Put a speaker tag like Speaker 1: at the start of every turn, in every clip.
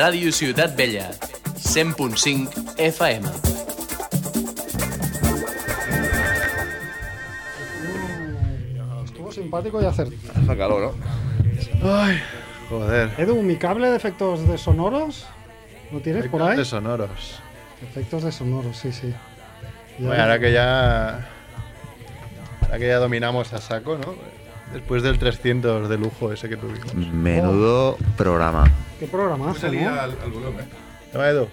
Speaker 1: Ràdio Ciutat Vella, 100.5 FM.
Speaker 2: Mm, Estuvo simpático y acertado.
Speaker 3: Hace calor, ¿no? Ay, joder.
Speaker 2: Edu, mi cable de efectos de sonoros, ¿lo tienes por ahí?
Speaker 3: De sonoros.
Speaker 2: Efectos de sonoros, sí, sí. Ya.
Speaker 3: Bueno, ahora que ya. Ahora que ya dominamos a saco, ¿no? Después del 300 de lujo ese que tuvimos.
Speaker 4: Mm.
Speaker 2: Oh.
Speaker 4: Menudo programa.
Speaker 2: ¿Qué programa ¿no?
Speaker 5: al, volumen.
Speaker 3: ¿No, Edu?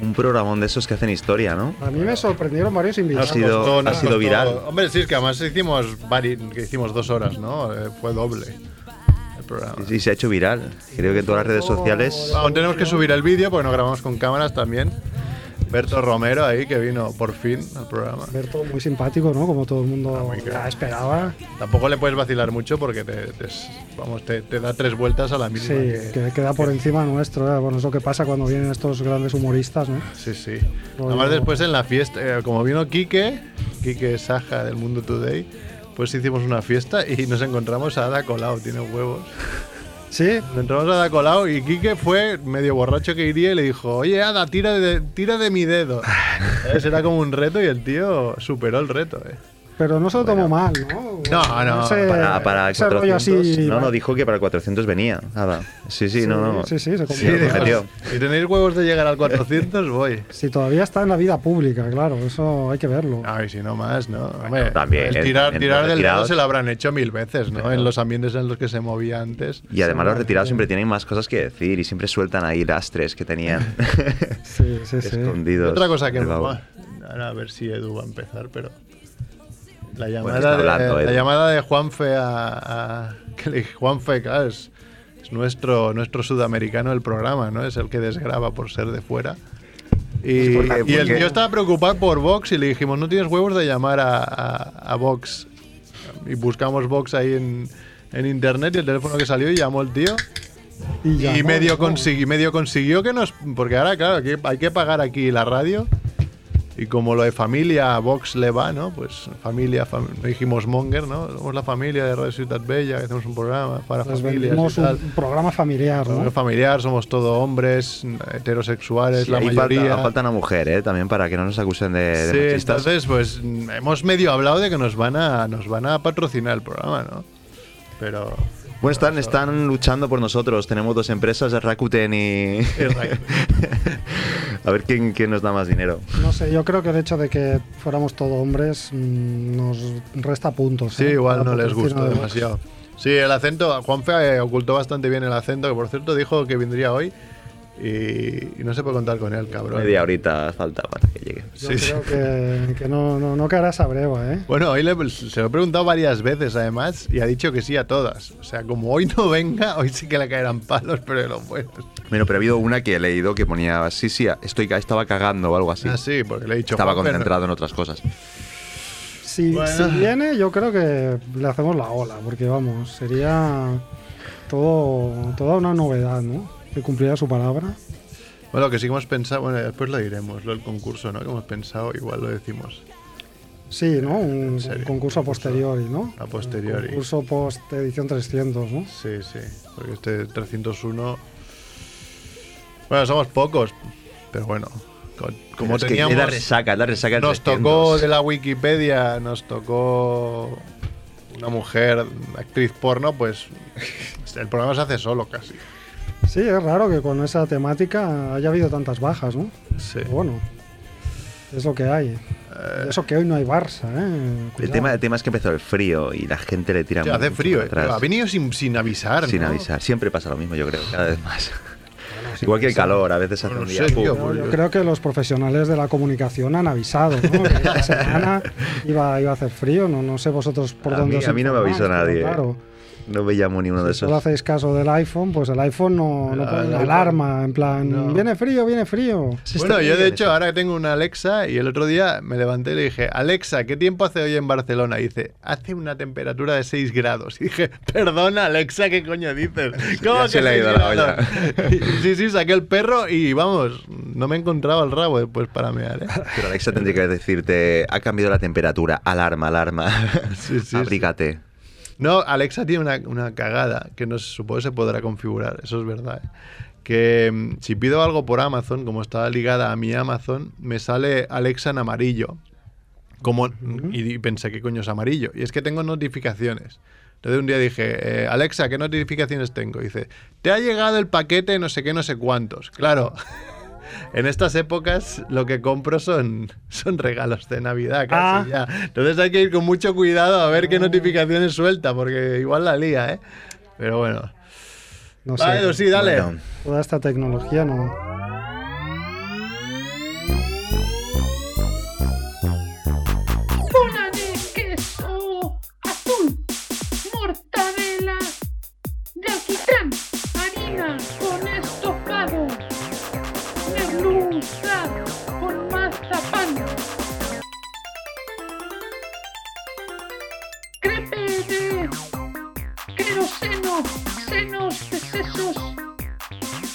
Speaker 4: Un programón de esos que hacen historia, ¿no?
Speaker 2: A mí me sorprendieron varios invitados.
Speaker 4: Ha sido-
Speaker 3: costó,
Speaker 4: ha sido
Speaker 3: costó.
Speaker 4: viral.
Speaker 3: Hombre, sí, es que además hicimos vari- que hicimos dos horas, ¿no? Eh, fue doble el programa.
Speaker 4: Y y se ha hecho viral. Creo que en todas las redes sociales.
Speaker 2: Oh,
Speaker 3: Aún tenemos que subir el vídeo porque no grabamos con cámaras también. Berto Romero ahí que vino por fin al programa.
Speaker 2: Berto, muy simpático, ¿no? Como todo el mundo
Speaker 3: muy
Speaker 2: ya
Speaker 3: crack.
Speaker 2: esperaba.
Speaker 3: Tampoco le puedes vacilar mucho porque te, te- vamos, te, te da tres vueltas a la
Speaker 2: Sí,
Speaker 3: misma. que-
Speaker 2: que queda por encima nuestro. ¿eh? Bueno, es lo que pasa cuando vienen estos grandes humoristas, ¿no?
Speaker 3: Sí, sí.
Speaker 2: Rollo-
Speaker 3: Además después en la fiesta, eh, como vino Quique, Quique Saja del Mundo Today, pues hicimos una fiesta y nos encontramos a Ada Colau, tiene huevos.
Speaker 2: Sí,
Speaker 3: Nos encontramos a Ada Colau y Quique fue medio borracho que iría y le dijo, oye Ada, tira de, tira de mi dedo. ¿Sabes? Era como un reto y el tío superó el reto. eh.
Speaker 2: pero no se lo tomó mal, ¿no?
Speaker 3: No, no,
Speaker 4: Para, para
Speaker 2: ese rollo
Speaker 4: 400.
Speaker 2: así,
Speaker 4: no, no, dijo que para 400 venía. Nada. Sí, sí,
Speaker 2: Sí,
Speaker 4: no, no.
Speaker 2: sí, sí, se
Speaker 3: Sí,
Speaker 2: compró.
Speaker 4: dijo,
Speaker 3: dijo,
Speaker 4: tío.
Speaker 3: si tenéis huevos de llegar al 400, voy.
Speaker 2: Si todavía está en la vida pública, claro, eso hay que verlo.
Speaker 3: Ay, si no más, ¿no? Hombre,
Speaker 4: también,
Speaker 3: el
Speaker 4: eh,
Speaker 3: tirar,
Speaker 4: en
Speaker 3: tirar
Speaker 4: los
Speaker 3: del dedo
Speaker 4: retirados.
Speaker 3: se lo habrán hecho mil veces, ¿no? En los ambientes en los que se movía antes.
Speaker 4: Y además los retirados siempre tienen más cosas que decir y siempre sueltan ahí lastres que tenían
Speaker 2: Sí, sí, sí.
Speaker 4: escondidos.
Speaker 3: Otra cosa que...
Speaker 4: debajo.
Speaker 3: Ahora a ver si Edu va a empezar, pero... La
Speaker 4: Bueno, está
Speaker 3: llamada,
Speaker 4: hablando,
Speaker 3: de, la
Speaker 4: Edu.
Speaker 3: llamada de Juanfe a... a- que le- Juanfe, claro, es, es nuestro, nuestro sudamericano del programa, ¿no? Es el que desgraba por ser de fuera. Y,
Speaker 4: Pues porque-
Speaker 3: y el
Speaker 4: porque-
Speaker 3: tío estaba preocupado por Vox y le dijimos, no tienes huevos de llamar a, a- a Vox. Y buscamos Vox ahí en, en internet y el teléfono que salió y llamó el tío. Y,
Speaker 2: ya, ¿no?
Speaker 3: medio,
Speaker 2: No.
Speaker 3: consiguió, medio consiguió que nos... Porque ahora, claro, aquí hay que pagar aquí la radio. Y como lo de familia a Vox le va, ¿no? Pues familia, fam- no dijimos Monger, ¿no? Somos la familia de Radio Ciudad Bella, que hacemos un programa para
Speaker 2: Les
Speaker 3: familias y
Speaker 2: vendimos Pues un
Speaker 3: tal.
Speaker 2: programa familiar,
Speaker 3: Somos
Speaker 2: ¿no?
Speaker 3: familiar, somos todo hombres, heterosexuales,
Speaker 4: Sí,
Speaker 3: la
Speaker 4: ahí
Speaker 3: mayoría.
Speaker 4: falta, falta una mujer, ¿eh? También para que no nos acusen de, de
Speaker 3: Sí,
Speaker 4: machistas.
Speaker 3: entonces pues mm, hemos medio hablado de que nos van a nos van a patrocinar el programa, ¿no? Pero
Speaker 4: Bueno, están, están luchando por nosotros. Tenemos dos empresas, Rakuten y...
Speaker 3: Rakuten.
Speaker 4: a ver quién, quién nos da más dinero.
Speaker 2: No sé, yo creo que el hecho de que fuéramos todos hombres mm, nos resta puntos.
Speaker 3: sí,
Speaker 2: ¿eh?
Speaker 3: igual
Speaker 2: Para
Speaker 3: no les
Speaker 2: patrocinio
Speaker 3: gusta
Speaker 2: de Vox.
Speaker 3: demasiado. Sí, el acento, Juanfe eh, ocultó bastante bien el acento, que por cierto dijo que vendría hoy y, y no se puede contar con él, cabrón.
Speaker 4: Media horita falta para que llegue.
Speaker 2: Yo
Speaker 3: Sí, sí.
Speaker 2: creo que, que no, no, no caerás a breva, ¿eh?
Speaker 3: Bueno, hoy le- se lo he preguntado varias veces además y ha dicho que sí a todas. O sea, como hoy no venga, hoy sí que le caerán palos, pero de los buenos.
Speaker 4: Bueno, pero ha habido una que he leído que ponía, sí, sí, estoy, estaba cagando o algo así.
Speaker 3: Ah, sí, porque le he dicho.
Speaker 4: estaba
Speaker 3: "Juanfe, no".
Speaker 4: concentrado en otras cosas.
Speaker 2: Si,
Speaker 3: Bueno.
Speaker 2: si viene, yo creo que le hacemos la ola, porque vamos, sería todo, toda una novedad, ¿no? Que cumpliera su palabra.
Speaker 3: Bueno, que sí que hemos pensado, bueno, después lo diremos, lo del concurso, ¿no? Que hemos pensado, igual lo decimos.
Speaker 2: Sí, ¿no? Un
Speaker 3: serio.
Speaker 2: concurso a posteriori, ¿no?
Speaker 3: A posteriori.
Speaker 2: Un concurso post edición 300, ¿no?
Speaker 3: Sí, sí, porque este 301... Bueno, somos pocos, pero bueno, co- como
Speaker 4: Es que
Speaker 3: teníamos...
Speaker 4: es la resaca, es la resaca del
Speaker 3: nos
Speaker 4: 300.
Speaker 3: tocó de la Wikipedia, nos tocó una mujer, actriz porno, pues el programa se hace solo casi.
Speaker 2: Sí, es raro que con esa temática haya habido tantas bajas, ¿no?
Speaker 3: Sí.
Speaker 2: Pero bueno, es lo que hay. Y Eso que hoy no hay Barça, ¿eh?
Speaker 4: Eh. El
Speaker 2: Cuidado.
Speaker 4: tema, el tema es que empezó el frío y la gente le tira
Speaker 3: O sea, hace
Speaker 4: mucho
Speaker 3: frío,
Speaker 4: para
Speaker 3: eh,
Speaker 4: atrás.
Speaker 3: ha venido sin, sin avisar.
Speaker 4: sin
Speaker 3: ¿no?
Speaker 4: avisar. Siempre pasa lo mismo, yo creo, cada vez más. Igual que el calor, a veces hace
Speaker 3: No
Speaker 4: un
Speaker 3: sé,
Speaker 4: día.
Speaker 3: tío, pues.
Speaker 4: pum.
Speaker 2: Yo, yo
Speaker 3: Dios.
Speaker 2: creo que los profesionales de la comunicación han avisado, ¿no? Que esta semana iba, iba a hacer frío, no, no sé vosotros por
Speaker 4: A
Speaker 2: dónde
Speaker 4: mí-
Speaker 2: os
Speaker 4: a mí no me
Speaker 2: informáis,
Speaker 4: avisó
Speaker 2: pero
Speaker 4: nadie.
Speaker 2: Claro,
Speaker 4: No me llamo ni uno de
Speaker 2: si solo
Speaker 4: esos. Ah,
Speaker 2: hacéis caso del iPhone, pues el iPhone no, no
Speaker 3: El
Speaker 2: pone una
Speaker 3: iPhone-
Speaker 2: alarma, en plan,
Speaker 3: No.
Speaker 2: viene frío, viene frío.
Speaker 4: Se está
Speaker 3: Bueno, yo
Speaker 4: bien
Speaker 3: de
Speaker 4: eso.
Speaker 3: hecho ahora tengo una Alexa y el otro día me levanté y le dije, Alexa, ¿qué tiempo hace hoy en Barcelona? Y dice, hace una temperatura de 6 grados. Y dije, perdona Alexa, ¿qué coño dices? ¿Cómo
Speaker 4: Ya
Speaker 3: que
Speaker 4: se le ha
Speaker 3: seis
Speaker 4: ido la olla.
Speaker 3: grados?". Y- Sí, sí, saqué el perro y vamos, no me encontraba el rabo después para mear. ¿eh?
Speaker 4: Pero Alexa tendría que decirte, ha cambiado la temperatura, alarma, alarma.
Speaker 3: Sí, sí, sí.
Speaker 4: Abrígate.
Speaker 3: No, Alexa tiene una, una cagada que no se supone se podrá configurar, eso es verdad. ¿eh? Que mm, si pido algo por Amazon, como está ligada a mi Amazon, me sale Alexa en amarillo. Como, y, y pensé, ¿qué coño es amarillo? Y es que tengo notificaciones. Entonces un día dije, eh, Alexa, ¿qué notificaciones tengo? Y dice, te ha llegado el paquete no sé qué, no sé cuántos. Claro, en estas épocas lo que compro son, son regalos de Navidad casi
Speaker 2: Ah.
Speaker 3: ya. Entonces hay que ir con mucho cuidado a
Speaker 2: Oh.
Speaker 3: ver qué notificaciones suelta, porque igual la lía, ¿eh? Pero bueno.
Speaker 2: No sé.
Speaker 3: Vale, Edu, sí, dale.
Speaker 4: Bueno,
Speaker 2: Toda esta tecnología no.
Speaker 5: bola de queso azul, mortadela de alquitrán, harina con estofado, merluza con mazapán, crepe de queroseno, senos de sesos,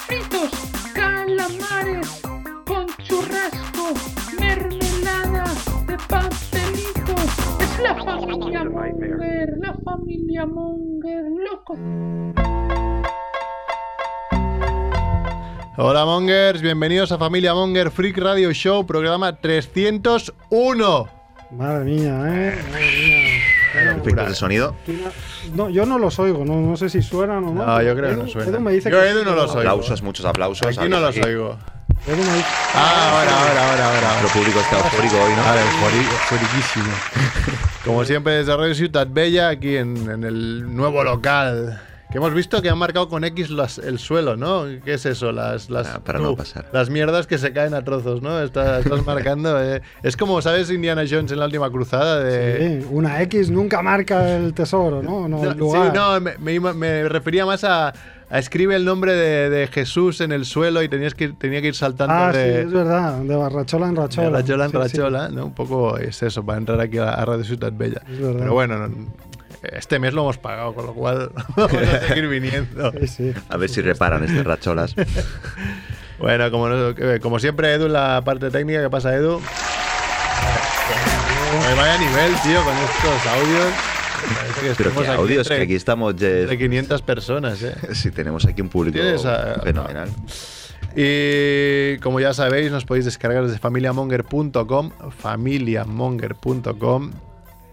Speaker 5: fritos, calamares con churrasco, mermelada de pastelito. Es la familia Monger, la familia Monger, loco.
Speaker 3: Hola Mongers, bienvenidos a Familia Monger Freak Radio Show, programa 301.
Speaker 2: Madre mía, ¿eh? Madre mía.
Speaker 4: Efectos de sonido.
Speaker 2: No, yo no los oigo, no, no sé si suenan o no.
Speaker 3: No, yo creo que
Speaker 2: Edu-
Speaker 3: no suena.
Speaker 2: Edu me dice
Speaker 3: Yo
Speaker 2: que
Speaker 3: Edu
Speaker 2: sí,
Speaker 3: no los oigo.
Speaker 4: Aplausos, muchos aplausos.
Speaker 3: Aquí no los
Speaker 4: Pues Aquí.
Speaker 3: oigo.
Speaker 2: Edu me dice-
Speaker 3: Ah, ahora, ahora, ahora, ahora.
Speaker 4: Nuestro público está eufórico hoy, ¿no?
Speaker 3: Ahora, euforiquísimo. Como siempre, desde Radio Ciudad Bella, aquí en, en el nuevo local. Que hemos visto que han marcado con X las- el suelo, ¿no? ¿Qué es eso? Las, las,
Speaker 4: Ah, para no pasar.
Speaker 3: Las mierdas que se caen a trozos, ¿no? Está- Estás, marcando. eh. Es como, ¿sabes? Indiana Jones en la última cruzada de.
Speaker 2: Sí, ¿eh? una X nunca marca el tesoro, ¿no? No,
Speaker 3: No,
Speaker 2: el lugar.
Speaker 3: sí, no, me, me ima- me refería más a, a escribe el nombre de, de Jesús en el suelo y tenías que, ir- tenía que ir saltando
Speaker 2: ah,
Speaker 3: de,
Speaker 2: sí, es verdad, de barrachola en
Speaker 3: De
Speaker 2: rachola.
Speaker 3: Rachola en
Speaker 2: Sí, sí.
Speaker 3: Rachola, ¿no? Un poco es eso, para entrar aquí a, a Radio Ciudad Bella.
Speaker 2: Es verdad.
Speaker 3: Pero bueno, no- este mes lo hemos pagado, con lo cual vamos a seguir viniendo.
Speaker 2: Sí, sí.
Speaker 4: A ver si reparan estas racholas.
Speaker 3: Bueno, como, no- eh, como siempre, Edu, en la parte técnica, ¿qué pasa, Edu? Joder, vaya nivel, tío, con estos audios. Parece que
Speaker 4: Pero
Speaker 3: estamos
Speaker 4: qué audios,
Speaker 3: entre-
Speaker 4: que aquí estamos. eh,
Speaker 3: entre 500 personas, ¿eh?
Speaker 4: si tenemos aquí un público
Speaker 3: Tienes a-
Speaker 4: fenomenal.
Speaker 3: Y como ya sabéis, nos podéis descargar desde familiamonger.com, familiamonger.com,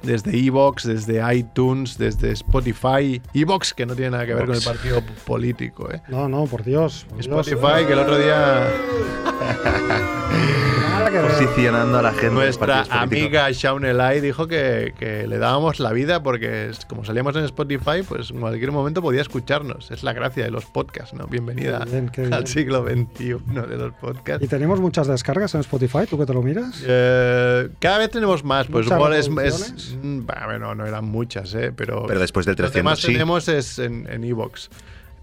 Speaker 3: desde Evox, desde iTunes, desde Spotify, Evox, que no tiene nada que ver con el
Speaker 4: Evox.
Speaker 3: partido político, ¿eh?
Speaker 2: No, no, por Dios. por Dios.
Speaker 3: Spotify, que el otro día
Speaker 2: Nada que ver.
Speaker 4: Posicionando a la gente. en los
Speaker 3: nuestra
Speaker 4: partidos políticos.
Speaker 3: amiga Shaun Elai dijo que, que le dábamos la vida porque es- como salíamos en Spotify, pues en cualquier momento podía escucharnos. Es la gracia de los podcasts, ¿no? Bienvenida
Speaker 2: Qué bien, qué bien.
Speaker 3: al siglo XXI de los podcasts.
Speaker 2: Y tenemos muchas descargas en Spotify, ¿tú que te lo miras?
Speaker 3: Eh, cada vez tenemos más, pues
Speaker 2: ¿Muchas
Speaker 3: igual es.
Speaker 2: reproducciones?
Speaker 3: es- mm, bah, bueno, no eran muchas, eh, pero.
Speaker 4: Pero después del
Speaker 3: Lo que más
Speaker 4: 300 sí.
Speaker 3: tenemos es en Evox.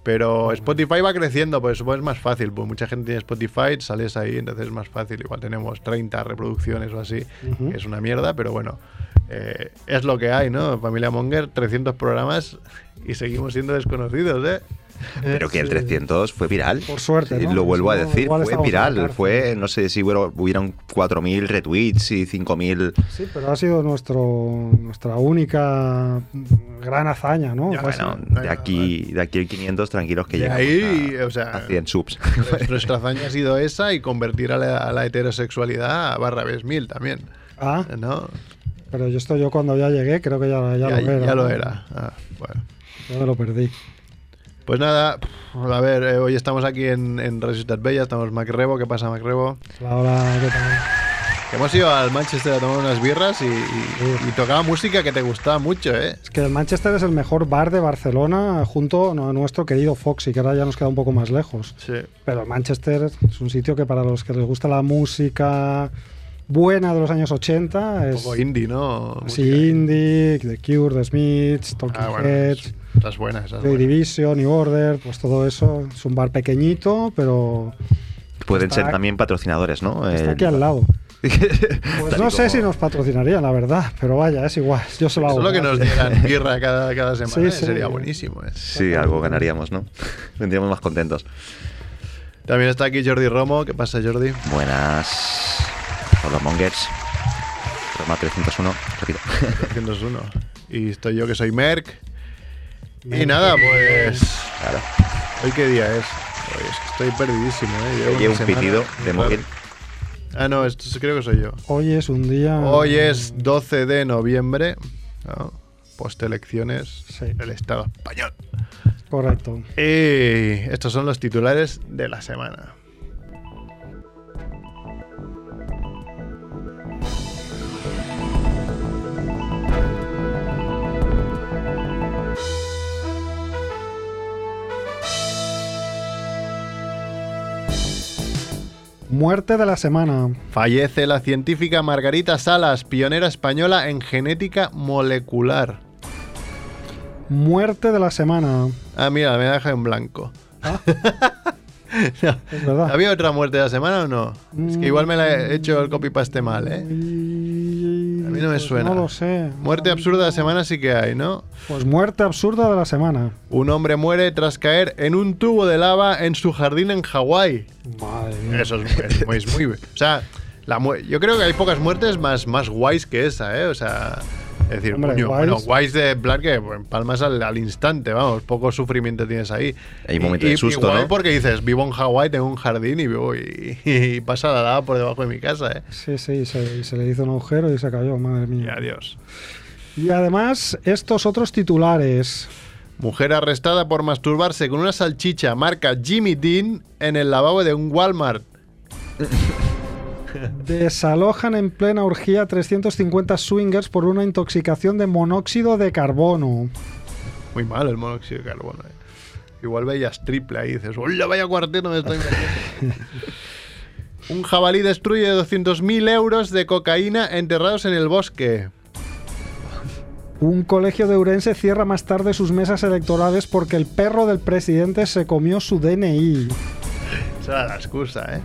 Speaker 3: pero Spotify va creciendo, pues supongo es más fácil. Pues mucha gente tiene Spotify, sales ahí, entonces es más fácil. Igual tenemos 30 reproducciones o así.
Speaker 2: Ujú.
Speaker 3: que Es una mierda, pero bueno. eh, es lo que hay, ¿no? Familia Monger, 300 programas y seguimos siendo desconocidos, ¿eh?
Speaker 4: Pero que el 300 fue viral.
Speaker 2: Por suerte,
Speaker 4: Sí,
Speaker 2: ¿no?
Speaker 4: Lo vuelvo a
Speaker 2: Si no,
Speaker 4: decir,
Speaker 2: igual
Speaker 4: fue
Speaker 2: estamos en la
Speaker 4: viral.
Speaker 2: cárcel.
Speaker 4: Fue, no sé si hubo- hubieron 4.000 retweets y 5.000.
Speaker 2: Sí, pero ha sido nuestro, nuestra única gran hazaña, Pues ¿no?
Speaker 3: Ya,
Speaker 2: Fue así.
Speaker 4: Ah, Bueno,
Speaker 3: no hay
Speaker 4: de
Speaker 3: nada,
Speaker 4: aquí, de aquí el 500, tranquilos que
Speaker 3: De
Speaker 4: llegamos
Speaker 3: ahí, eh,
Speaker 4: a,
Speaker 3: o sea,
Speaker 4: a 100 subs.
Speaker 3: Pues Nuestra hazaña ha sido esa y convertir a la, a la heterosexualidad a barra 1000 también,
Speaker 2: Ah,
Speaker 3: ¿no?
Speaker 2: pero yo esto yo cuando ya llegué creo que ya, ya
Speaker 3: ya,
Speaker 2: lo era.
Speaker 3: ya
Speaker 2: ¿no?
Speaker 3: lo era. Ah, bueno.
Speaker 2: Ya me lo perdí.
Speaker 3: Pues nada, pff, a ver, eh, hoy estamos aquí en, en Radio Ciutat Bella, estamos Macrebo, ¿qué pasa Macrebo?
Speaker 2: La hora que tengo.
Speaker 3: Que Hemos ido al Manchester a tomar unas birras y, y- y tocaba música que te gustaba mucho, ¿eh?
Speaker 2: Es que el Manchester es el mejor bar de Barcelona junto a nuestro querido Foxy, que ahora ya nos queda un poco más lejos.
Speaker 3: Sí.
Speaker 2: Pero el Manchester es un sitio que para los que les gusta la música buena de los años 80
Speaker 3: Un
Speaker 2: es
Speaker 3: poco indie, ¿no?
Speaker 2: así indie, The Cure, The Smiths, Talking
Speaker 3: Ah, bueno,
Speaker 2: Heads,
Speaker 3: esas buenas, esas
Speaker 2: The
Speaker 3: buenas.
Speaker 2: Division, New Order, pues todo eso. Es un bar pequeñito, pero
Speaker 4: Pueden
Speaker 2: Está-
Speaker 4: ser también patrocinadores, ¿no?
Speaker 2: está
Speaker 4: Eh,
Speaker 2: aquí al lado. Pues
Speaker 4: tal y
Speaker 2: no sé
Speaker 4: como-
Speaker 2: si nos patrocinarían, la verdad, pero vaya, es igual. Yo se lo hago.
Speaker 3: Solo que nos dieran birra cada, cada semana
Speaker 2: Sí,
Speaker 3: eh,
Speaker 2: sí.
Speaker 3: sería buenísimo, ¿eh?
Speaker 4: Sí, algo ganaríamos, ¿no? Vendríamos más contentos.
Speaker 3: También está aquí Jordi Romo, ¿qué pasa Jordi?
Speaker 4: Buenas. Hola, Mongers. Programa 301, repito.
Speaker 3: 301. Y estoy yo que soy Merck. Y nada, pues.
Speaker 4: Claro.
Speaker 3: ¿Hoy qué día es? Hoy es que estoy perdidísimo, ¿eh? Llevo
Speaker 4: Oye,
Speaker 3: una
Speaker 4: un
Speaker 3: semana-
Speaker 4: pitido de móvil.
Speaker 3: Ah, no, esto es- creo que soy yo.
Speaker 2: Hoy es un día.
Speaker 3: Hoy es 12 de noviembre, ¿no? postelecciones
Speaker 2: Sí.
Speaker 3: del Estado español.
Speaker 2: Correcto.
Speaker 3: Y estos son los titulares de la semana.
Speaker 2: Muerte de la semana.
Speaker 3: Fallece la científica Margarita Salas, pionera española en genética molecular.
Speaker 2: Muerte de la semana.
Speaker 3: Ah, mira, me deja en blanco.
Speaker 2: Es verdad.
Speaker 3: ¿Había otra muerte de la semana o no? Es que igual me la he hecho el copy-paste mal, ¿eh?
Speaker 2: Y-
Speaker 3: A mí no me
Speaker 2: pues
Speaker 3: suena.
Speaker 2: No lo sé.
Speaker 3: Muerte absurda de la semana sí que hay, ¿no?
Speaker 2: Pues muerte absurda de la semana.
Speaker 3: Un hombre muere tras caer en un tubo de lava en su jardín en Hawái.
Speaker 2: Madre mía.
Speaker 3: Eso es, es muy, es muy- O sea, la mu- yo creo que hay pocas muertes más, más guays que esa, ¿eh? O sea, es decir,
Speaker 2: Hombre,
Speaker 3: coño,
Speaker 2: guays.
Speaker 3: bueno, guays de plan que bueno, palmas al, al instante, vamos, poco sufrimiento tienes ahí.
Speaker 4: Hay un momento
Speaker 3: Y-
Speaker 4: de
Speaker 3: y-
Speaker 4: susto,
Speaker 3: igual
Speaker 4: ¿no?
Speaker 3: porque dices, vivo en Hawái, tengo un jardín y, vivo y, y pasa la lava por debajo de mi casa, ¿eh?
Speaker 2: Sí, sí, se, se le hizo un agujero y se cayó, madre
Speaker 3: Y
Speaker 2: mía.
Speaker 3: adiós.
Speaker 2: Y además, estos otros titulares.
Speaker 3: Mujer arrestada por masturbarse con una salchicha marca Jimmy Dean en el lavabo de un Walmart.
Speaker 2: Desalojan en plena orgía 350 swingers por una intoxicación de monóxido de carbono.
Speaker 3: Muy mal el monóxido de carbono. ¿eh? Igual veías triple ahí y dices, ¡hola, vaya cuarteto me estoy metiendo". Un jabalí destruye 200.000 euros de cocaína enterrados en el bosque.
Speaker 2: Un colegio de Urense cierra más tarde sus mesas electorales porque el perro del presidente se comió su DNI.
Speaker 3: Esa era la excusa, ¿eh?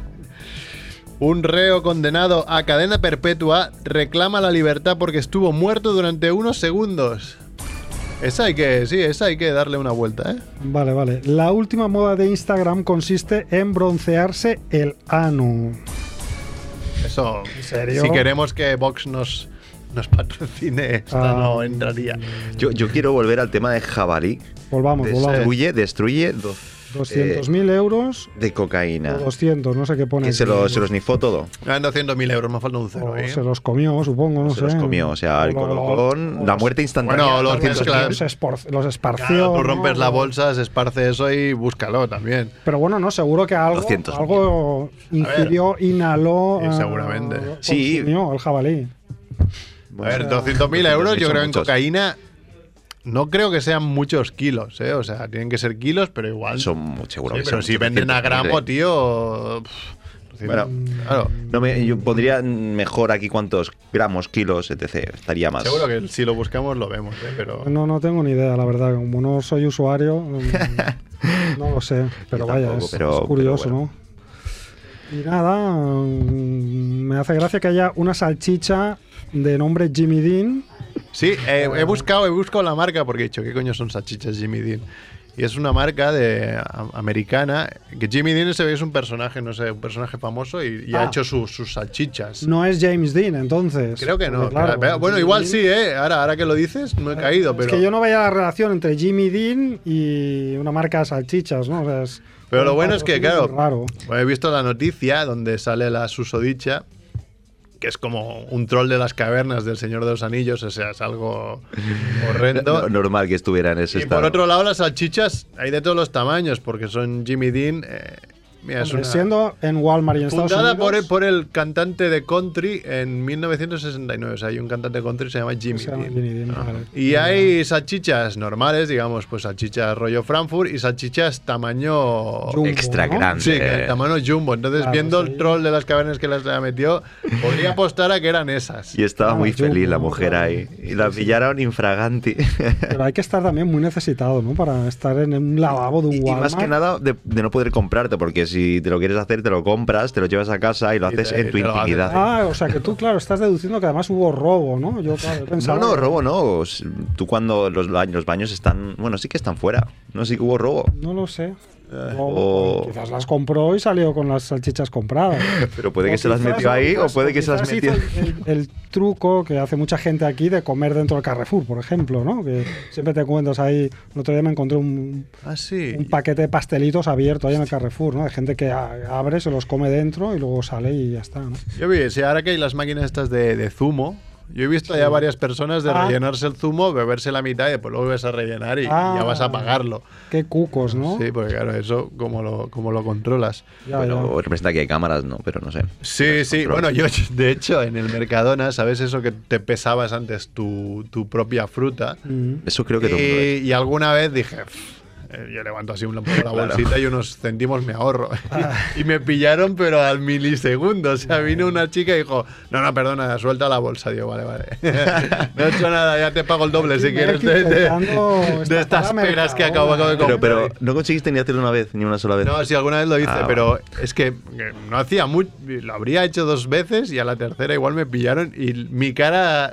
Speaker 3: Un reo condenado a cadena perpetua reclama la libertad porque estuvo muerto durante unos segundos. Esa hay que, sí, esa hay que darle una vuelta, ¿eh?
Speaker 2: Vale, vale. La última moda de Instagram consiste en broncearse el ano.
Speaker 3: Eso,
Speaker 2: serio?
Speaker 3: si queremos que Vox nos, nos patrocine, esto
Speaker 2: Ah.
Speaker 3: no entraría.
Speaker 4: Yo, yo quiero volver al tema de jabalí.
Speaker 2: Volvamos, volvamos.
Speaker 4: Destruye, destruye do-
Speaker 2: 200.000 euros
Speaker 4: de cocaína.
Speaker 2: o 200, no sé qué pone.
Speaker 4: Que eh, se
Speaker 2: aquí.
Speaker 4: lo, se lo snifó todo.
Speaker 3: Ganando 100.000 euros, me falta un cero.
Speaker 2: O
Speaker 3: ¿eh?
Speaker 2: Oh, se los comió, supongo, no
Speaker 4: se
Speaker 2: sé.
Speaker 4: los comió. O sea, el
Speaker 2: O lo-
Speaker 4: colocón,
Speaker 2: o
Speaker 4: la
Speaker 2: los-
Speaker 4: muerte instantánea.
Speaker 3: Bueno, los
Speaker 4: 200.000.
Speaker 3: mezcla-
Speaker 2: Los, espor- los esparció.
Speaker 3: Claro, tú
Speaker 2: ¿no?
Speaker 3: rompes la bolsa, se esparce eso y búscalo también.
Speaker 2: Pero bueno, no, seguro que algo,
Speaker 4: 200.000.
Speaker 2: algo incidió, inhaló.
Speaker 3: Sí,
Speaker 2: ah,
Speaker 3: seguramente.
Speaker 4: Sí.
Speaker 2: consumió al jabalí.
Speaker 3: A ver, 200.000 euros, yo
Speaker 4: son
Speaker 3: creo en
Speaker 4: muchos.
Speaker 3: cocaína no creo que sean muchos kilos, ¿eh? O sea, tienen que ser kilos, pero igual.
Speaker 4: Ah, Son mu- seguro
Speaker 3: Sí,
Speaker 4: que
Speaker 3: pero
Speaker 4: son
Speaker 3: si venden a
Speaker 4: 700.000,
Speaker 3: gramo,
Speaker 4: ¿eh?
Speaker 3: tío. pff,
Speaker 4: Bueno.
Speaker 3: claro.
Speaker 4: No me, yo pondría mejor aquí cuántos gramos, kilos, etc. Estaría más.
Speaker 3: Seguro que si lo buscamos lo vemos, ¿eh? Pero.
Speaker 2: No, no tengo ni idea, la verdad. Como no soy usuario, mm, no lo sé. Pero
Speaker 4: Yo
Speaker 2: vaya,
Speaker 4: tampoco,
Speaker 2: es,
Speaker 4: pero-
Speaker 2: es curioso,
Speaker 4: pero
Speaker 2: ¿no? Y nada, mm, me hace gracia que haya una salchicha de nombre Jimmy Dean.
Speaker 3: Sí, eh, he buscado, he buscado la marca porque he dicho, ¿qué coño son salchichas Jimmy Dean? Y es una marca de a- americana, que Jimmy Dean se ve es un personaje, no sé, un personaje famoso y, y ha
Speaker 2: Ah.
Speaker 3: hecho su- sus salchichas.
Speaker 2: No es James Dean, entonces.
Speaker 3: Creo que no.
Speaker 2: Porque, claro,
Speaker 3: claro, pero- bueno,
Speaker 2: Jimmy
Speaker 3: igual
Speaker 2: Dean-
Speaker 3: sí, ¿eh? Ahora, ahora que lo dices, no he caído, pero,
Speaker 2: Eh, Es que yo no veía la relación entre Jimmy Dean y una marca de salchichas, ¿no? O sea, es
Speaker 3: pero lo
Speaker 2: un
Speaker 3: bueno es que,
Speaker 2: patrocinio
Speaker 3: claro,
Speaker 2: Raro.
Speaker 3: bueno, he visto la noticia donde sale la susodicha, que es como un troll de las cavernas del Señor de los Anillos, o sea, es algo horrendo.
Speaker 4: No- normal que estuviera en ese
Speaker 3: Y
Speaker 4: estado.
Speaker 3: por otro lado, las salchichas hay de todos los tamaños, porque son Jimmy Dean. eh, mira, es
Speaker 2: Hombre,
Speaker 3: una-
Speaker 2: Siendo en Walmart y en Estados
Speaker 3: fundada
Speaker 2: Unidos.
Speaker 3: por el, por el cantante de country en 1969. O sea, hay un cantante de country que se llama Jimmy
Speaker 2: se llama
Speaker 3: Dean.
Speaker 2: Jimmy Dean, vale.
Speaker 3: Y hay salchichas normales, digamos, pues salchichas rollo Frankfurt y salchichas tamaño.
Speaker 2: Jumbo,
Speaker 4: Extra
Speaker 2: ¿no?
Speaker 4: grande.
Speaker 3: Sí, que tamaño jumbo. Entonces,
Speaker 2: Claro,
Speaker 3: viendo el
Speaker 2: sí.
Speaker 3: troll de las cavernas que las metió, podría apostar a que eran esas.
Speaker 4: Y estaba
Speaker 2: Ah,
Speaker 4: muy
Speaker 2: yo,
Speaker 4: feliz la
Speaker 2: ¿no?
Speaker 4: mujer
Speaker 2: Claro.
Speaker 4: ahí. Y la pillaron infraganti. Y-
Speaker 2: Pero hay que estar también muy necesitado, ¿no? Para estar en un lavabo de un
Speaker 4: Y,
Speaker 2: Walmart.
Speaker 4: más que nada de, de no poder comprarte, porque si te lo quieres hacer, te lo compras, te lo llevas a casa y lo
Speaker 3: Y
Speaker 4: haces
Speaker 3: te-
Speaker 4: en tu
Speaker 3: te lo haces.
Speaker 4: intimidad.
Speaker 2: Ah, o sea que tú, claro, estás deduciendo que además hubo robo, ¿no? Yo, claro,
Speaker 4: No,
Speaker 2: pensaba.
Speaker 4: no, robo no. Tú cuando los baños, los baños están. Bueno, sí que están fuera. No, sí que hubo robo.
Speaker 2: No lo sé.
Speaker 3: Eh,
Speaker 2: O-
Speaker 4: o-
Speaker 2: Quizás las compró y salió con las salchichas compradas.
Speaker 4: Pero puede que
Speaker 2: O
Speaker 4: se las
Speaker 2: quizás-
Speaker 4: metió ahí o
Speaker 2: quizás-
Speaker 4: puede que se las
Speaker 2: quizás
Speaker 4: metió.
Speaker 2: hizo El, el- el truco que hace mucha gente aquí de comer dentro del Carrefour, por ejemplo, ¿no? Que siempre te encuentras ahí. El otro día me encontré un,
Speaker 3: Ah, sí.
Speaker 2: un paquete de pastelitos abierto ahí en el Carrefour, ¿no? De gente que a- abre, se los come dentro y luego sale y ya está, ¿no?
Speaker 3: Yo vi, sí, ahora que hay las máquinas estas de, de zumo, yo he visto ya varias personas de
Speaker 2: Ah.
Speaker 3: rellenarse el zumo, beberse la mitad y después lo vuelves a rellenar y, y ya
Speaker 2: Ah.
Speaker 3: vas a pagarlo.
Speaker 2: Qué cucos, ¿no?
Speaker 3: Sí, porque claro, eso como lo, como lo controlas.
Speaker 2: Ya,
Speaker 4: Bueno,
Speaker 2: ya.
Speaker 4: representa que hay cámaras, ¿no? Pero no sé.
Speaker 3: Sí, sí. Bueno, yo, de hecho, en el Mercadona, ¿sabes eso que te pesabas antes tu, tu propia fruta?
Speaker 2: Mm.
Speaker 4: Eso creo que todo el mundo
Speaker 3: Eh, Y, y alguna vez dije, "Pff, eh, yo levanto así un poco la
Speaker 4: Claro.
Speaker 3: bolsita y unos centimos me ahorro. y me pillaron, pero al milisegundo. O sea, vino una chica y dijo, no, no, perdona, suelta la bolsa. Digo, vale, vale. no he hecho nada, ya te pago el doble si
Speaker 2: me
Speaker 3: quieres
Speaker 2: aquí
Speaker 3: de, de-
Speaker 2: intentando
Speaker 3: de
Speaker 2: estafar
Speaker 3: estas
Speaker 2: a
Speaker 3: peras que acabo,
Speaker 2: Mercadona.
Speaker 3: acabo de
Speaker 4: Pero,
Speaker 3: comprar.
Speaker 4: pero no conseguiste ni hacerlo una vez, ni una sola vez.
Speaker 3: No, si alguna vez lo hice,
Speaker 4: Ah,
Speaker 3: pero es que eh, no hacía mucho. Lo habría hecho dos veces y a la tercera igual me pillaron y mi cara,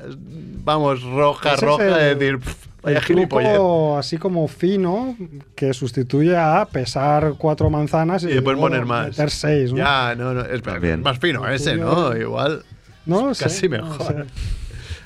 Speaker 3: vamos, roja,
Speaker 2: Ese es
Speaker 3: roja, de
Speaker 2: el-
Speaker 3: decir, "Pff, vaya
Speaker 2: El truco
Speaker 3: gilipollez.
Speaker 2: así como fino que sustituye a pesar cuatro manzanas y,
Speaker 3: Y después
Speaker 2: luego
Speaker 3: poner más.
Speaker 2: meter seis, ¿no?
Speaker 3: Ya, no, no, es
Speaker 4: También.
Speaker 3: más fino ¿eh? ese, ¿no? Igual.
Speaker 2: No lo sé,
Speaker 3: Casi
Speaker 2: no lo
Speaker 3: mejor.
Speaker 2: sé.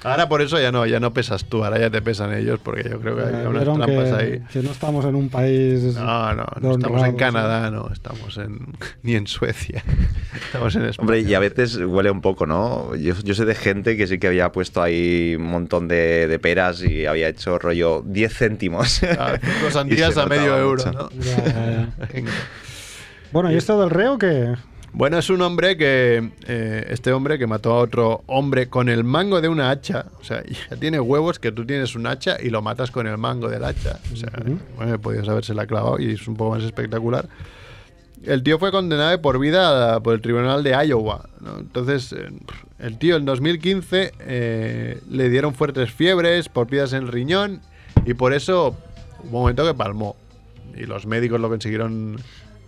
Speaker 3: Ahora por eso ya no, ya no pesas tú, ahora ya te pesan ellos, porque yo creo que hay
Speaker 2: Eh,
Speaker 3: unas
Speaker 2: vieron
Speaker 3: trampas
Speaker 2: que,
Speaker 3: ahí.
Speaker 2: que no estamos en un país.
Speaker 3: No, no, no
Speaker 2: de
Speaker 3: estamos en
Speaker 2: honrados,
Speaker 3: Canadá, no, estamos en ni en Suecia. Estamos en España.
Speaker 4: Hombre, y a veces huele un poco, ¿no? Yo, yo sé de gente que sí que había puesto ahí un montón de, de peras y había hecho rollo 10 céntimos.
Speaker 3: Ah, cinco
Speaker 4: Y se
Speaker 3: sandías a
Speaker 4: notaba
Speaker 3: medio euro,
Speaker 4: mucho.
Speaker 3: ¿no?
Speaker 2: ¿no? Ya, ya, ya.
Speaker 3: Venga.
Speaker 2: Bueno,
Speaker 3: Eh,
Speaker 2: ¿y esto del reo que
Speaker 3: Bueno, es un hombre que. eh, este hombre que mató a otro hombre con el mango de una hacha. O sea, ya tiene huevos que tú tienes un hacha y lo matas con el mango del hacha. O sea, bueno, podías haberse la clavado y es un poco más espectacular. El tío fue condenado de por vida por el tribunal de Iowa. ¿no? Entonces, eh, el tío en 2015 eh, le dieron fuertes fiebres, por piedras en el riñón y por eso hubo un momento que palmó. Y los médicos lo consiguieron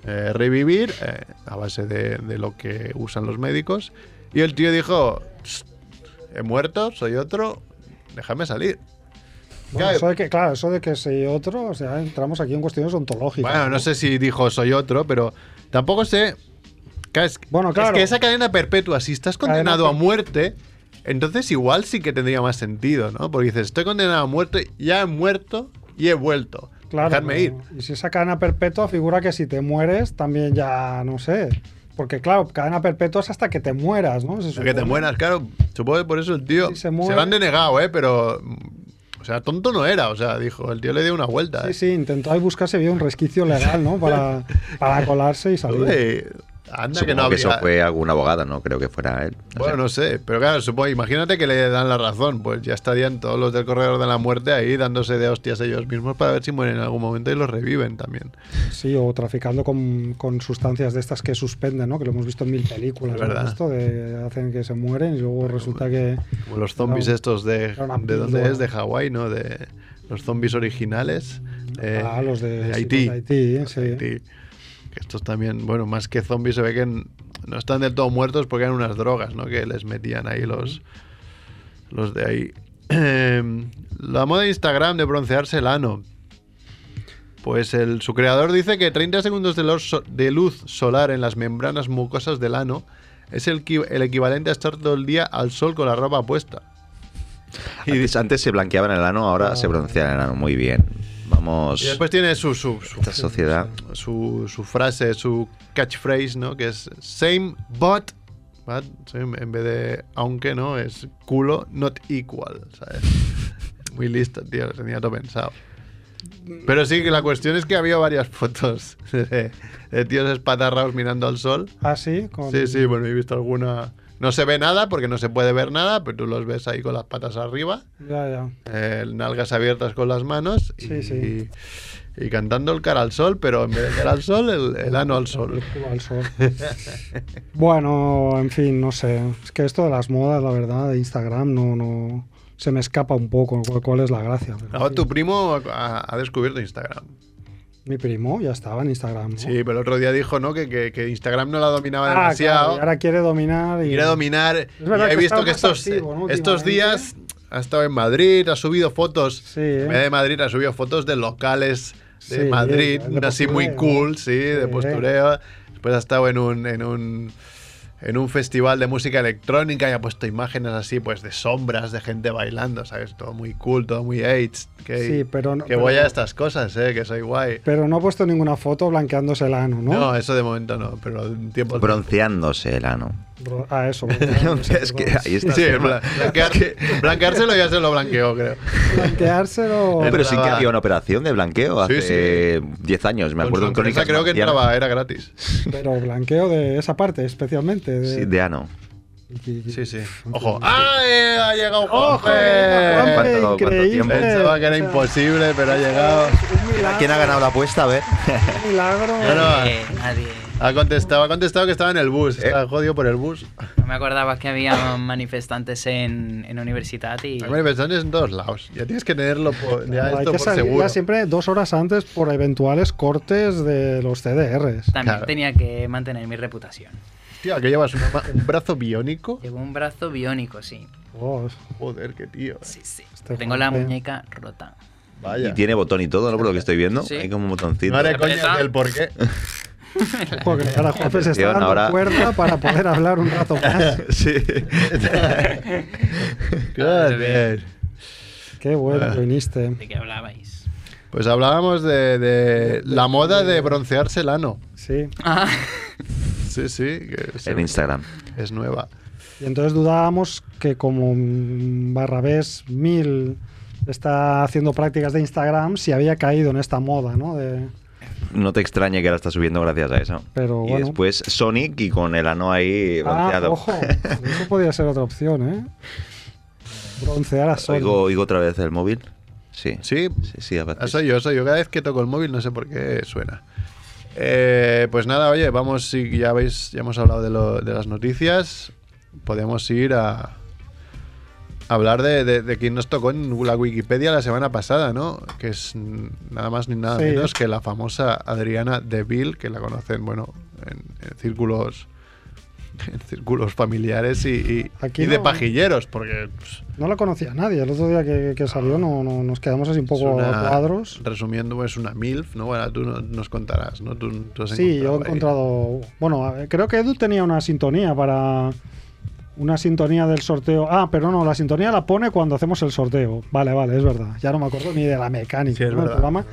Speaker 3: eh, revivir eh, a base de, de lo que usan los médicos. Y el tío dijo, "Tss, he muerto, soy otro, déjame salir.
Speaker 2: Bueno,
Speaker 3: Claro.
Speaker 2: eso de que, claro, eso de que soy otro, o sea, entramos aquí en cuestiones ontológicas.
Speaker 3: Bueno, no sé si dijo soy otro, pero tampoco sé. Claro, Es,
Speaker 2: Bueno,
Speaker 3: es
Speaker 2: claro.
Speaker 3: que esa cadena perpetua, si estás
Speaker 2: Cadena
Speaker 3: condenado a
Speaker 2: per-
Speaker 3: muerte, entonces igual sí que tendría más sentido, ¿no? Porque dices, estoy condenado a muerte, ya he muerto y he vuelto.
Speaker 2: Claro,
Speaker 3: Dejadme ir.
Speaker 2: no. Y si esa cadena perpetua figura que si te mueres también ya, no sé. Porque claro, cadena perpetua es hasta que te mueras, ¿no? Se
Speaker 3: O sea, que te
Speaker 2: supone.
Speaker 3: mueras, claro. Supongo que por eso el tío.
Speaker 2: Sí, se
Speaker 3: se,
Speaker 2: muere.
Speaker 3: lo han denegado, ¿eh? Pero. mm, O sea, tonto no era, o sea, dijo. El tío le dio una vuelta.
Speaker 2: Sí,
Speaker 3: ¿eh?
Speaker 2: sí, intentó ahí buscarse bien un resquicio legal, ¿no? Para, para colarse y salir.
Speaker 3: Uy, anda
Speaker 4: Supongo
Speaker 3: que no
Speaker 4: que
Speaker 3: había.
Speaker 4: eso fue algún abogado, no creo que fuera él. No
Speaker 3: Bueno,
Speaker 4: sé.
Speaker 3: no sé, pero claro, supongo, imagínate que le dan la razón, pues ya estarían todos los del corredor de la muerte ahí dándose de hostias ellos mismos para ver si mueren en algún momento y los reviven también.
Speaker 2: Sí, o traficando con, con sustancias de estas que suspenden, ¿no? Que lo hemos visto en mil películas,
Speaker 3: Es
Speaker 2: ¿no?
Speaker 3: verdad.
Speaker 2: Esto de hacen que se mueren y luego resulta que...
Speaker 3: Como los zombies
Speaker 2: Era un-
Speaker 3: estos de
Speaker 2: era una
Speaker 3: de dónde
Speaker 2: píldora.
Speaker 3: es, de Hawái, ¿no? De los zombies originales. eh,
Speaker 2: ah, los de, sí, los
Speaker 3: Haití.
Speaker 2: de Haití, ¿eh? sí.
Speaker 3: Haití. Que Estos también, bueno, más que zombies se ve que n- no están del todo muertos porque eran unas drogas, ¿no? Que les metían ahí los, los de ahí. Em, la moda de Instagram de broncearse el ano. Pues el, su creador dice que 30 segundos de, luz so- de luz solar en las membranas mucosas del ano es el, qui- el equivalente a estar todo el día al sol con la ropa puesta.
Speaker 4: Antes, antes se blanqueaban el ano, ahora se broncean el ano. Muy bien. Vamos.
Speaker 3: Y después tiene su, su, su-
Speaker 4: Esta sociedad.
Speaker 3: su, su frase, su catchphrase, ¿no? Que es same but, but, same, en vez de aunque, ¿no? Es culo not equal, ¿sabes? Muy listo, tío, lo tenía todo pensado. Pero sí, que la cuestión es que había varias fotos de, de tíos espatarrados mirando al sol.
Speaker 2: Ah, sí, con-
Speaker 3: Sí, sí, bueno, he visto alguna... No se ve nada porque no se puede ver nada, pero tú los ves ahí con las patas arriba
Speaker 2: Ya, ya.
Speaker 3: eh, nalgas abiertas con las manos y,
Speaker 2: Sí, sí.
Speaker 3: y cantando el cara al sol, pero en vez de cara al sol, el, el ano al sol.
Speaker 2: Culo al sol. bueno, en fin, no sé. Es que esto de las modas, la verdad, de Instagram, no, no... Se me escapa un poco cuál, cuál es la gracia. pero
Speaker 3: Ahora
Speaker 2: sí. Oh.
Speaker 3: tu primo ha, ha descubierto Instagram.
Speaker 2: Mi primo ya estaba en Instagram. ¿no?
Speaker 3: Sí, pero el otro día dijo ¿no? que, que- que Instagram no la dominaba
Speaker 2: Ah, claro,
Speaker 3: demasiado.
Speaker 2: y ahora quiere dominar y...
Speaker 3: Quiere dominar.
Speaker 2: verdad
Speaker 3: Y he
Speaker 2: que
Speaker 3: visto
Speaker 2: está
Speaker 3: que
Speaker 2: más
Speaker 3: estos,
Speaker 2: activo, ¿no?
Speaker 3: estos
Speaker 2: últimamente.
Speaker 3: días ha estado en Madrid, ha subido fotos.
Speaker 2: Sí,
Speaker 3: En
Speaker 2: ¿eh?
Speaker 3: vez de Madrid ha subido fotos de locales de
Speaker 2: Sí,
Speaker 3: Madrid,
Speaker 2: de
Speaker 3: así muy
Speaker 2: postureo.
Speaker 3: cool, sí, de
Speaker 2: Sí.
Speaker 3: postureo. Después ha estado en un, en un en un festival de música electrónica y ha puesto imágenes así, pues de sombras, de gente bailando, ¿sabes? Todo muy cool, todo muy AIDS. Que,
Speaker 2: Sí, pero no-
Speaker 3: que
Speaker 2: pero-
Speaker 3: voy a estas cosas, ¿eh? Que soy guay.
Speaker 2: Pero no ha puesto ninguna foto blanqueándose el ano, ¿no?
Speaker 3: No, eh. eso de momento no, pero en tiempo.
Speaker 4: Bronceándose el ano.
Speaker 2: Bro- Ah, eso.
Speaker 4: es que ahí está.
Speaker 3: Sí,
Speaker 4: el
Speaker 3: en plan-
Speaker 4: tema.
Speaker 3: blanquear- blanqueárselo ya se lo blanqueó, creo.
Speaker 2: Blanqueárselo.
Speaker 4: No, pero sí que
Speaker 3: Entraba-
Speaker 4: había una operación de blanqueo
Speaker 3: Sí,
Speaker 4: hace 10 años, me
Speaker 3: Con
Speaker 4: acuerdo en
Speaker 3: sonrisa creo
Speaker 4: Crónicas
Speaker 3: que
Speaker 4: Marcianas.
Speaker 3: entraba, era gratis.
Speaker 2: Pero blanqueo de esa parte, especialmente. De,
Speaker 4: Sí, de ano.
Speaker 2: y- y-
Speaker 3: Sí, sí. Ojo. ¡Ah! eh, ha llegado Jorge.
Speaker 2: Hombre,
Speaker 4: ¿Cuánto- cuánto
Speaker 2: increíble.
Speaker 4: tiempo?
Speaker 3: Pensaba que era imposible, pero ha llegado.
Speaker 2: Un milagro,
Speaker 4: ¿Quién ha ganado la apuesta? A ver.
Speaker 2: un milagro.
Speaker 3: No, no,
Speaker 6: Eh, nadie.
Speaker 3: ha contestado, ha contestado que estaba en el bus. Está jodido por el bus.
Speaker 6: No me acordaba que había manifestantes en, en universidad y...
Speaker 3: Hay manifestantes en todos lados. Ya tienes que tenerlo por, ya
Speaker 2: Hay
Speaker 3: esto
Speaker 2: que
Speaker 3: por
Speaker 2: salir
Speaker 3: seguro.
Speaker 2: ya siempre dos horas antes por eventuales cortes de los CDRs.
Speaker 6: También
Speaker 3: Claro.
Speaker 6: tenía que mantener mi reputación.
Speaker 3: Tío, que llevas una ma- un brazo biónico.
Speaker 6: Llevo un brazo biónico, sí.
Speaker 2: Oh,
Speaker 3: Joder, qué tío. eh.
Speaker 6: Sí, sí.
Speaker 2: Este
Speaker 6: Tengo la
Speaker 2: Juanpe.
Speaker 6: muñeca rota.
Speaker 3: Vaya.
Speaker 4: Y tiene botón y todo, ¿no? Por lo que estoy viendo.
Speaker 6: Sí.
Speaker 4: Hay como un botoncito.
Speaker 3: No haré coña
Speaker 6: Aprieta.
Speaker 3: del por qué.
Speaker 2: Ojo, que ahora Juanfe se está
Speaker 4: Atención,
Speaker 2: dando
Speaker 4: ahora-
Speaker 2: cuerda para poder hablar un rato más.
Speaker 4: Sí.
Speaker 3: Joder.
Speaker 2: Qué bueno que viniste.
Speaker 6: ¿De qué hablabais?
Speaker 3: Pues hablábamos de, de la moda de broncearse el ano.
Speaker 2: Sí.
Speaker 6: Ah,
Speaker 3: Sí, sí. que es-
Speaker 4: en Instagram.
Speaker 3: Es nueva.
Speaker 2: Y entonces dudábamos que como mm, Barrabés 1000 está haciendo prácticas de Instagram, si había caído en esta moda, ¿no? De,
Speaker 4: No te extrañe que ahora está subiendo gracias a eso.
Speaker 2: Pero
Speaker 4: y
Speaker 2: bueno.
Speaker 4: después Sonic y con el ano ahí
Speaker 2: ah,
Speaker 4: bronceado.
Speaker 2: ojo, eso podía ser otra opción, ¿eh? Broncear a sol.
Speaker 4: oigo, oigo otra vez el móvil. Sí.
Speaker 3: Sí,
Speaker 4: Sí, sí, a veces.
Speaker 3: Ah, soy yo, soy yo. Cada vez que toco el móvil no sé por qué suena. Eh, pues nada, oye, vamos, si ya veis, ya hemos hablado de, lo- de las noticias, podemos ir a, a hablar de, de, de quien nos tocó en la Wikipedia la semana pasada, ¿no? Que es mm, nada más ni nada
Speaker 2: Sí.
Speaker 3: menos que la famosa Adriana Deville, que la conocen, bueno, en, en círculos en círculos familiares y, y-
Speaker 2: Aquí
Speaker 3: y de
Speaker 2: no, ¿eh?
Speaker 3: pajilleros, porque pues,
Speaker 2: No la conocía nadie. El otro día que, que salió no, no- nos quedamos así un poco
Speaker 3: es una-
Speaker 2: a cuadros.
Speaker 3: Resumiendo, es una MILF, ¿no? Bueno, tú no- nos contarás, ¿no? Tú, tú has
Speaker 2: Sí, yo he
Speaker 3: ahí.
Speaker 2: encontrado. Bueno, a ver, creo que Edu tenía una sintonía para. Una sintonía del sorteo. Ah, pero no, la sintonía la pone cuando hacemos el sorteo. Vale, vale, es verdad. Ya no me acuerdo ni de la mecánica
Speaker 3: Sí, es
Speaker 2: ¿no? del
Speaker 3: verdad.
Speaker 2: programa.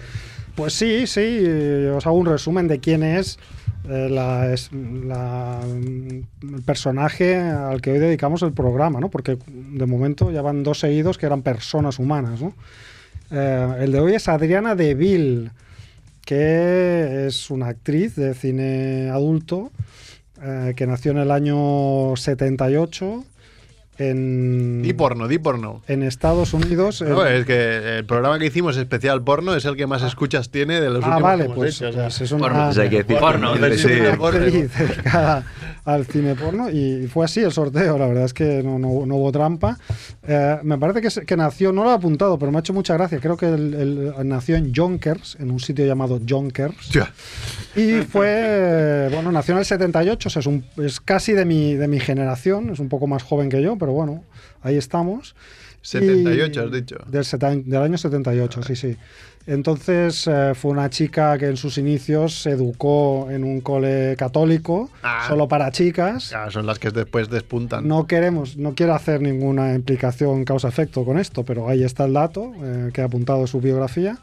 Speaker 2: Pues sí, sí, eh, os hago un resumen de quién es, eh, la, es- la, mm, el personaje al que hoy dedicamos el programa, ¿no? Porque de momento ya van dos seguidos que eran personas humanas, ¿no? Eh, el de hoy es Adriana Deville, que es una actriz de cine adulto eh, que nació en el año 78 en,
Speaker 3: Di porno, di porno.
Speaker 2: en Estados Unidos. Eh, en-
Speaker 3: No, eh, es que el programa que hicimos especial porno es el que más escuchas tiene de los
Speaker 2: ah,
Speaker 3: últimos que
Speaker 2: vale,
Speaker 3: hemos
Speaker 2: pues,
Speaker 3: hecho, o sea.
Speaker 2: pues es una,
Speaker 6: Porno.
Speaker 4: O sea, hay que decir-
Speaker 6: Porno,
Speaker 4: Sí.
Speaker 3: sí.
Speaker 2: una
Speaker 3: porno.
Speaker 2: actriz dedicada al cine porno y fue así el sorteo, la verdad es que no, no- no hubo trampa. Eh, me parece que, se- que nació, no lo he apuntado, pero me ha hecho mucha gracia, creo que el- el- nació en Jonkers, en un sitio llamado Jonkers.
Speaker 3: Hostia,
Speaker 2: Y fue, bueno, nació en el 78, o sea, es, un- es casi de mi, de mi generación, es un poco más joven que yo, pero bueno, ahí estamos.
Speaker 3: 78
Speaker 2: Y-
Speaker 3: has dicho.
Speaker 2: Del, seten- del año 78, sí, sí. Entonces eh, fue una chica que en sus inicios se educó en un cole católico,
Speaker 3: Ah.
Speaker 2: solo para chicas.
Speaker 3: Ah, son las que después despuntan.
Speaker 2: No queremos, no quiero hacer ninguna implicación causa-efecto con esto, pero ahí está el dato eh, que ha apuntado su biografía.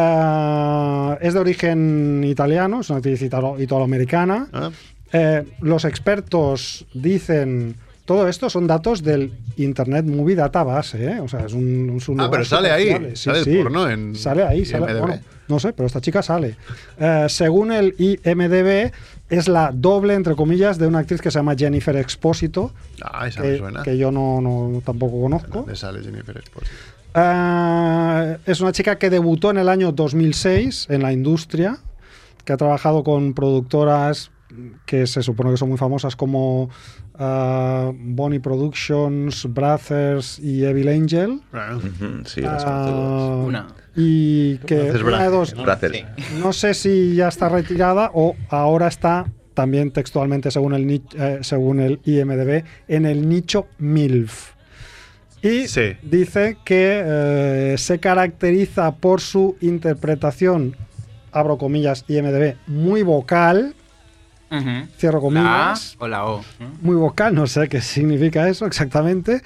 Speaker 2: Ah, es de origen italiano, es una actriz italo- italoamericana.
Speaker 3: ¿Ah?
Speaker 2: Eh, los expertos dicen. Todo esto son datos del Internet Movie Database, ¿eh? O sea, es un. es un
Speaker 3: Ah,
Speaker 2: lugar
Speaker 3: pero sale ahí,
Speaker 2: superfiable.
Speaker 3: sale el porno en
Speaker 2: Sale ahí, sale.
Speaker 3: IMDb.
Speaker 2: Bueno, no sé, pero esta chica sale. Eh, según el IMDB, es la doble, entre comillas, de una actriz que se llama Jennifer Expósito,
Speaker 3: Ah, esa me
Speaker 2: que,
Speaker 3: suena.
Speaker 2: que yo no, no- tampoco conozco.
Speaker 3: ¿Dónde sale Jennifer Esposito?
Speaker 2: Ah, es una chica que debutó en el año 2006 en la industria, que ha trabajado con productoras que se supone que son muy famosas como ah, Bonnie Productions, Brothers y Evil Angel.
Speaker 3: Ah,
Speaker 4: Ujú, Sí, las
Speaker 2: Ah,
Speaker 4: conozco todas.
Speaker 6: Una.
Speaker 2: Y que
Speaker 3: Brothers,
Speaker 2: una de dos,
Speaker 4: Gracias.
Speaker 2: no sé si ya está retirada o ahora está también textualmente según el, ni- eh, según el IMDB en el nicho MILF. Y
Speaker 3: Sí.
Speaker 2: dice que eh, se caracteriza por su interpretación, abro comillas, IMDB, muy vocal,
Speaker 6: Ujú.
Speaker 2: cierro
Speaker 6: La A
Speaker 2: comillas.
Speaker 6: o la O.
Speaker 2: Muy vocal, no sé qué significa eso exactamente.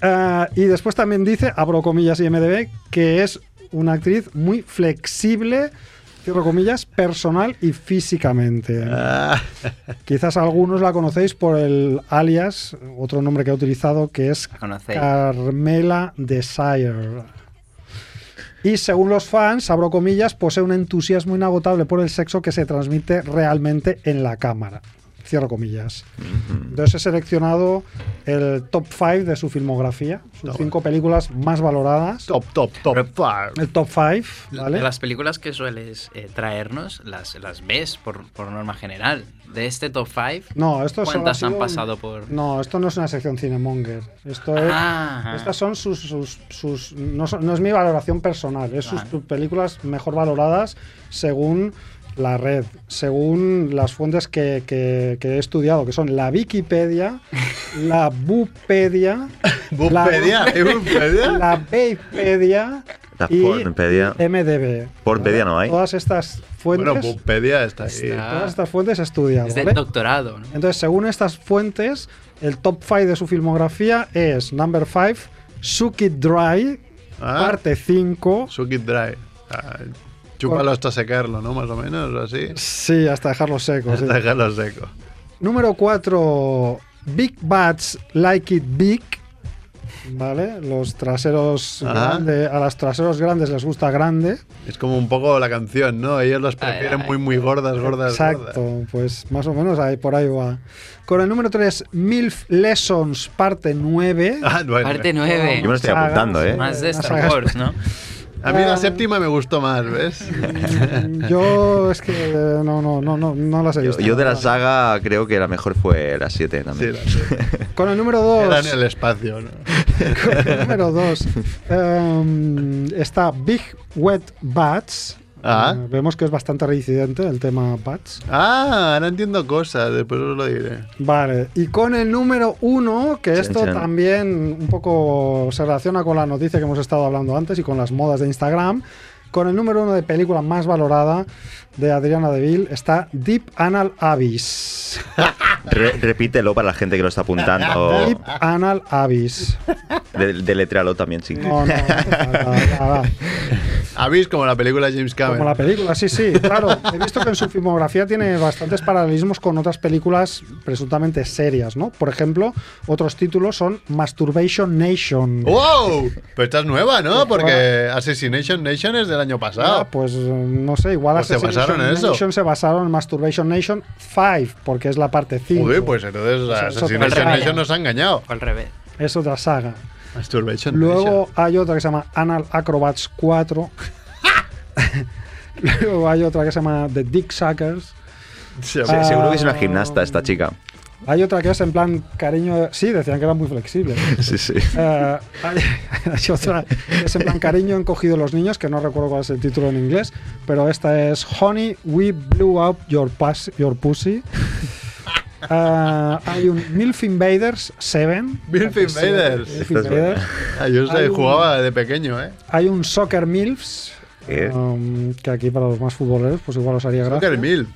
Speaker 2: Ah, y después también dice, abro comillas IMDB, que es una actriz muy flexible, cierro comillas, personal y físicamente.
Speaker 3: Ah,
Speaker 2: Quizás algunos la conocéis por el alias, otro nombre que ha utilizado, que es
Speaker 6: La conocéis.
Speaker 2: Carmela Desire. Y según los fans, abro comillas, posee un entusiasmo inagotable por el sexo que se transmite realmente en la cámara. Cierro comillas. Entonces he seleccionado el top 5 de su filmografía, sus
Speaker 3: Toma.
Speaker 2: cinco películas más valoradas.
Speaker 3: top, top, top. five.
Speaker 2: El top 5, ¿vale?
Speaker 6: De las películas que sueles eh, traernos, las, las ves por, por norma general. De este top 5,
Speaker 2: No, esto solo ha
Speaker 6: ¿cuántas han
Speaker 2: sido-
Speaker 6: pasado por...?
Speaker 2: No, esto no es una sección cinemonger. Esto es,
Speaker 6: Ah.
Speaker 2: Estas son sus. sus- sus- no, son- no es mi valoración personal, es sus
Speaker 6: Vale.
Speaker 2: tus películas mejor valoradas según la red, según las fuentes que, que- que he estudiado, que son la Wikipedia, la Bupedia,
Speaker 3: Bupedia,
Speaker 2: la,
Speaker 3: ¿eh, Bupedia?
Speaker 2: la Baypedia
Speaker 4: La
Speaker 2: y eh,
Speaker 4: Pornpedia.
Speaker 2: MDB.
Speaker 4: Pornpedia no hay.
Speaker 2: Todas estas fuentes,
Speaker 3: Bueno, Bupedia está ahí.
Speaker 6: Está.
Speaker 2: todas estas fuentes he estudiado.
Speaker 6: Es de
Speaker 2: ¿vale?
Speaker 6: doctorado, ¿no?
Speaker 2: Entonces, según estas fuentes, el top 5 de su filmografía es Number 5, Suki Dry,
Speaker 3: Ah.
Speaker 2: parte 5.
Speaker 3: Suki Dry. Ah, chúpalo hasta secarlo, ¿no? Más o menos, así.
Speaker 2: Sí, hasta dejarlo seco. sí.
Speaker 3: Hasta dejarlo seco.
Speaker 2: Número 4, Big Bats Like It Big. ¿Vale? Los traseros
Speaker 3: Ajá.
Speaker 2: grande- a los traseros grandes les gusta grande.
Speaker 3: Es como un poco la canción, ¿no? Ellos las
Speaker 6: Ay,
Speaker 3: prefieren
Speaker 6: ay.
Speaker 3: muy, muy gordas, gordas,
Speaker 2: Exacto,
Speaker 3: gordas.
Speaker 2: pues más o menos ahí, por ahí va. Con el número 3, MILF Lessons, parte 9.
Speaker 3: Ah, bueno.
Speaker 6: Parte
Speaker 4: Yo me lo
Speaker 6: 9,
Speaker 4: estoy
Speaker 2: Saga,
Speaker 4: apuntando, ¿eh?
Speaker 6: más de
Speaker 2: Una
Speaker 6: Star
Speaker 2: saga-
Speaker 6: Wars, ¿no?
Speaker 3: A mí
Speaker 2: Ah.
Speaker 3: la séptima me gustó más, ¿ves?
Speaker 2: Mm, Yo es que eh, no, no, no, no, no las he
Speaker 4: Yo,
Speaker 2: visto.
Speaker 4: yo de la
Speaker 2: Nada.
Speaker 4: saga creo que la mejor fue la 7
Speaker 3: Sí,
Speaker 4: también.
Speaker 3: la sé.
Speaker 2: Con el número
Speaker 3: Era en
Speaker 2: 2,
Speaker 3: el espacio, ¿no?
Speaker 2: número 2 está Big Wet Bats.
Speaker 3: Ah.
Speaker 2: Eh, vemos que es bastante reincidente el tema Bats.
Speaker 3: Ah, ahora entiendo cosas, después os lo diré.
Speaker 2: Vale, y con el número 1, que
Speaker 4: Chan,
Speaker 2: esto
Speaker 4: chan.
Speaker 2: también un poco se relaciona con la noticia que hemos estado hablando antes y con las modas de Instagram. Con el número 1 de película más valorada de Adriana Deville está Deep Anal Abyss.
Speaker 4: Re- repítelo para la gente que lo está apuntando.
Speaker 2: Deep Anal Abyss.
Speaker 4: De, deletréalo también, sí.
Speaker 2: No, no, no, no, no, no.
Speaker 3: ¿Habéis como la película James
Speaker 2: Como la
Speaker 3: Cameron?
Speaker 2: película, sí, sí, claro. He visto que en su filmografía tiene bastantes paralelismos con otras películas presuntamente serias, ¿no? Por ejemplo, otros títulos son Masturbation Nation.
Speaker 3: Oh, ¡Wow! Pero esta es nueva, ¿no? Porque Assassination Nation es del año pasado.
Speaker 2: Ah, pues eh, no sé, igual
Speaker 3: Pues se
Speaker 2: Assassination
Speaker 3: basaron en eso.
Speaker 2: Nation se basaron en Masturbation Nation 5, porque es la parte 5.
Speaker 3: Joder, pues entonces
Speaker 2: Pues eso
Speaker 3: Assassination
Speaker 6: también.
Speaker 3: Nation nos ha engañado.
Speaker 6: O al revés.
Speaker 2: Es otra saga.
Speaker 3: Masturbation
Speaker 2: Luego hay otra que se llama Anal Acrobats 4. Luego hay otra que se llama The Dick Suckers.
Speaker 3: Nation.
Speaker 4: Se-
Speaker 2: Ah.
Speaker 4: seguro que es una gimnasta esta chica.
Speaker 2: Hay otra que es en plan cariño. Sí, decían que era muy flexible.
Speaker 4: Sí, sí.
Speaker 2: Eh, hay, hay otra que es en plan cariño encogido los niños, que no recuerdo cuál es el título en inglés, pero esta es Honey, we blew up your, pus- your pussy. Eh, hay un Milf Invaders 7. Milf
Speaker 3: Milf Invaders.
Speaker 4: Esto es bueno.
Speaker 2: Invaders.
Speaker 3: Ah, yo sé,
Speaker 2: Hay un-
Speaker 3: jugaba de pequeño, ¿eh?
Speaker 2: Hay un Soccer Milfs,
Speaker 4: ¿Qué?
Speaker 2: um, que aquí para los más futboleros pues igual os haría gracia.
Speaker 3: Soccer Mills.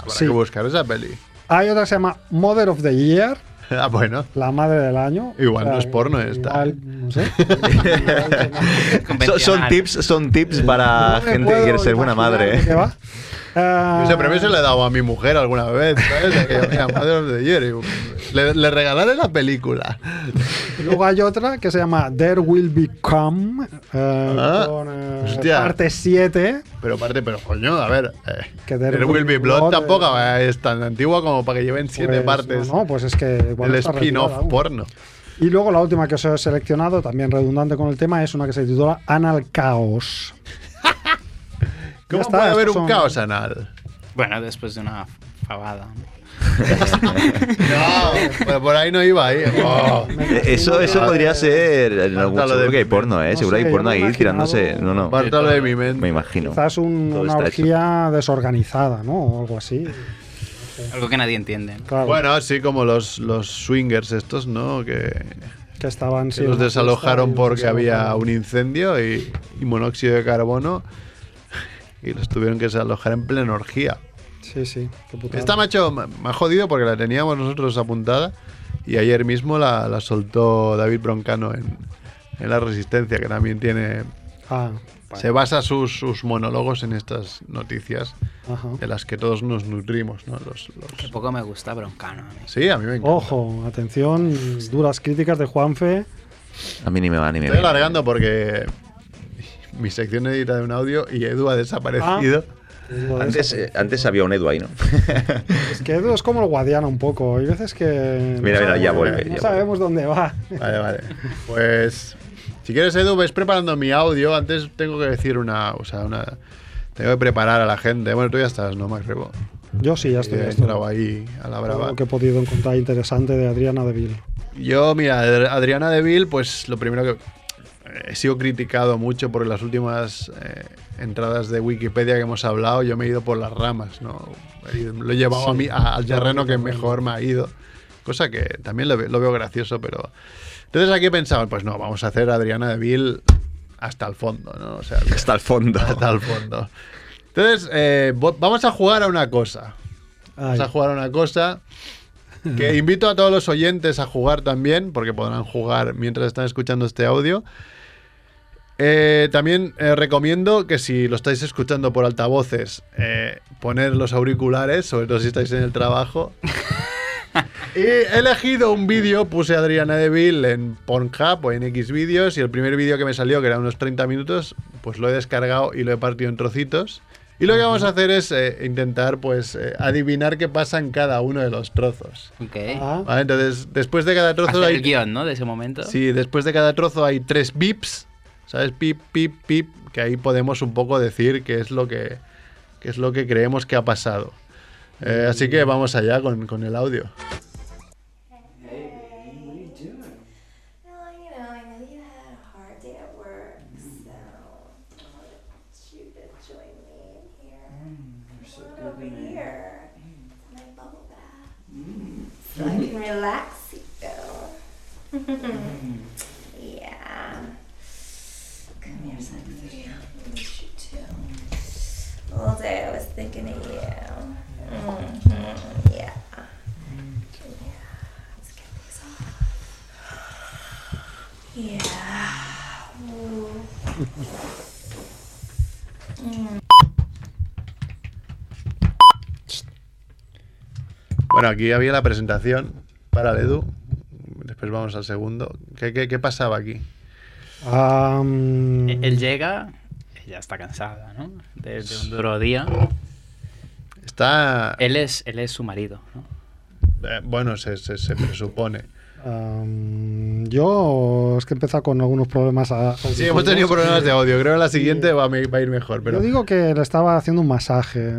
Speaker 3: Habrá
Speaker 2: Sí.
Speaker 3: que buscar esa peli.
Speaker 2: Hay otra que se llama Mother of the Year,
Speaker 3: Ah, bueno.
Speaker 2: la madre del año.
Speaker 3: Igual no es porno esta.
Speaker 2: igual, no sé.
Speaker 4: So- son
Speaker 6: Convencional.
Speaker 4: tips, son tips para
Speaker 2: No me
Speaker 4: gente que
Speaker 2: puedo
Speaker 4: quiere ser buena
Speaker 2: imaginar
Speaker 4: madre.
Speaker 2: de qué
Speaker 4: ¿eh?
Speaker 2: va. Ah,
Speaker 3: Ese premio se le he dado a mi mujer alguna vez, ¿sabes? De que, mira, Mother of the Year. Y Le, le regalaré la película.
Speaker 2: Ah, Luego hay otra que se llama There Will Be Come, eh,
Speaker 3: Ah,
Speaker 2: con eh,
Speaker 3: hostia.
Speaker 2: parte 7.
Speaker 3: Pero aparte, pero coño, a ver. eh,
Speaker 2: Que There
Speaker 3: There Will Be Blood, tampoco eh, es tan antigua como para que lleven siete partes.
Speaker 2: No, no, pues es que. igual
Speaker 3: el
Speaker 2: está retirada
Speaker 3: spin-off
Speaker 2: aún.
Speaker 3: porno.
Speaker 2: Y luego la última que os he seleccionado, también redundante con el tema, es una que se titula Anal Chaos.
Speaker 3: ¿Cómo
Speaker 2: está,
Speaker 3: puede haber un
Speaker 2: estos son-
Speaker 3: caos anal?
Speaker 6: Bueno, después de una fabada. ¿no?
Speaker 3: No, pero por ahí no iba ahí. Oh.
Speaker 4: Eh, Eso, eso podría ser. en algún-
Speaker 3: Falta lo
Speaker 4: Seguro
Speaker 3: de-
Speaker 4: que hay porno, ¿eh?
Speaker 2: no
Speaker 4: seguro
Speaker 2: sé,
Speaker 4: que hay
Speaker 2: yo
Speaker 4: porno
Speaker 2: me he
Speaker 4: ahí
Speaker 2: imaginado-
Speaker 4: tirándose. No, no.
Speaker 3: Pártalo de mi mente.
Speaker 4: Me imagino.
Speaker 2: Quizás un-
Speaker 4: Todo
Speaker 2: una
Speaker 4: está hecho.
Speaker 2: orgía desorganizada, ¿no? O algo así.
Speaker 6: Algo que nadie entiende. ¿no?
Speaker 2: Claro.
Speaker 3: Bueno, sí, como los, los swingers estos, ¿no? Que,
Speaker 2: que estaban...
Speaker 3: que los desalojaron porque había un incendio y, y monóxido de carbono y los tuvieron que desalojar en plena orgía.
Speaker 2: Sí, sí. qué putada.
Speaker 3: Esta macho me me ha jodido porque la teníamos nosotros apuntada y ayer mismo la, la soltó David Broncano en, en La Resistencia, que también tiene...
Speaker 2: Ah,
Speaker 3: Se basa sus, sus monólogos en estas noticias
Speaker 2: ajá.
Speaker 3: de las que todos nos nutrimos, ¿no? Los, los-
Speaker 6: Poco me gusta Broncano a mí.
Speaker 3: Sí, a mí me encanta.
Speaker 2: Ojo, atención, duras críticas de Juanfe.
Speaker 4: A mí ni me va ni me
Speaker 3: Estoy
Speaker 4: viene.
Speaker 3: alargando porque mi sección edita de un audio y Edu ha desaparecido.
Speaker 4: Antes, eh, antes había un Edu ahí, ¿no?
Speaker 2: Es que Edu es como el guadiana un poco. Hay veces que. no
Speaker 4: Mira, mira, ya
Speaker 2: sabemos-
Speaker 4: vuelve,
Speaker 2: No
Speaker 4: ya
Speaker 2: sabemos dónde va.
Speaker 3: Vale, vale. Pues si quieres, Edu, ves preparando mi audio. Antes tengo que decir una. O sea, una. Tengo que preparar a la gente. Bueno, tú ya estás, ¿no, Max Rebo? Eh,
Speaker 2: Yo sí, ya estoy. ya
Speaker 3: he
Speaker 2: estoy.
Speaker 3: entrado ahí a la brava.
Speaker 2: Algo que he podido encontrar interesante de Adriana Deville.
Speaker 3: Yo, mira, Adr- Adriana Deville, pues lo primero que. eh, He sido criticado mucho por las últimas eh, entradas de Wikipedia que hemos hablado. Yo me he ido por las ramas, ¿no? He ido- Lo he llevado a mí, a- al terreno que mejor me ha ido. Cosa que también lo, ve- lo veo gracioso, pero. Entonces aquí pensaban, pues no, vamos a hacer a Adriana Deville hasta el fondo, ¿no? O sea,
Speaker 4: Hasta el fondo.
Speaker 3: hasta el fondo. Entonces, eh, vo- vamos a jugar a una cosa.
Speaker 2: Ay,
Speaker 3: Vamos a jugar a una cosa que invito a todos los oyentes a jugar también, porque podrán jugar mientras están escuchando este audio. Eh, también eh, recomiendo que si lo estáis escuchando por altavoces, eh, poner los auriculares, sobre todo si estáis en el trabajo. y he elegido un vídeo, puse a Adriana Deville en Pornhub o en X vídeos y el primer vídeo que me salió, que era unos 30 minutos, pues lo he descargado y lo he partido en trocitos. Y lo que vamos a hacer es eh, intentar pues eh, adivinar qué pasa en cada uno de los trozos.
Speaker 6: Ok.
Speaker 2: ah,
Speaker 3: ¿Vale? Entonces, después de cada trozo
Speaker 6: Hacer
Speaker 3: hay
Speaker 6: el guión, ¿no? De ese momento.
Speaker 3: Sí, después de cada trozo hay tres bips, ¿sabes? Pip, pip, pip, que ahí podemos un poco decir qué es lo que, qué es lo que creemos que ha pasado. Eh, así que vamos allá con, con el audio.
Speaker 7: Well, you know, I know you had a hard day at work, so I wanted you to join me in here. Come on over here. It's my bubble bath. So I can relax you. yeah. Come here, sexy. I miss you too. All day I was thinking of you. Mhm, Yeah. Yeah. Let's get these off. Yeah. Ooh.
Speaker 3: Bueno, aquí había la presentación para el Edu. Después vamos al segundo. ¿Qué, qué, qué pasaba aquí?
Speaker 2: ah, mm,
Speaker 6: E- Él llega, ella está cansada, ¿no? De, de un duro día.
Speaker 3: Está.
Speaker 6: Él es, él es su marido, ¿no?
Speaker 3: eh, bueno, se, se, se presupone.
Speaker 2: am, yo es que he empezado con algunos problemas. a-
Speaker 3: Sí, hemos tenido problemas de audio. Creo que la siguiente va, a me- va a ir mejor. Pero
Speaker 2: Yo digo que le estaba haciendo un masaje.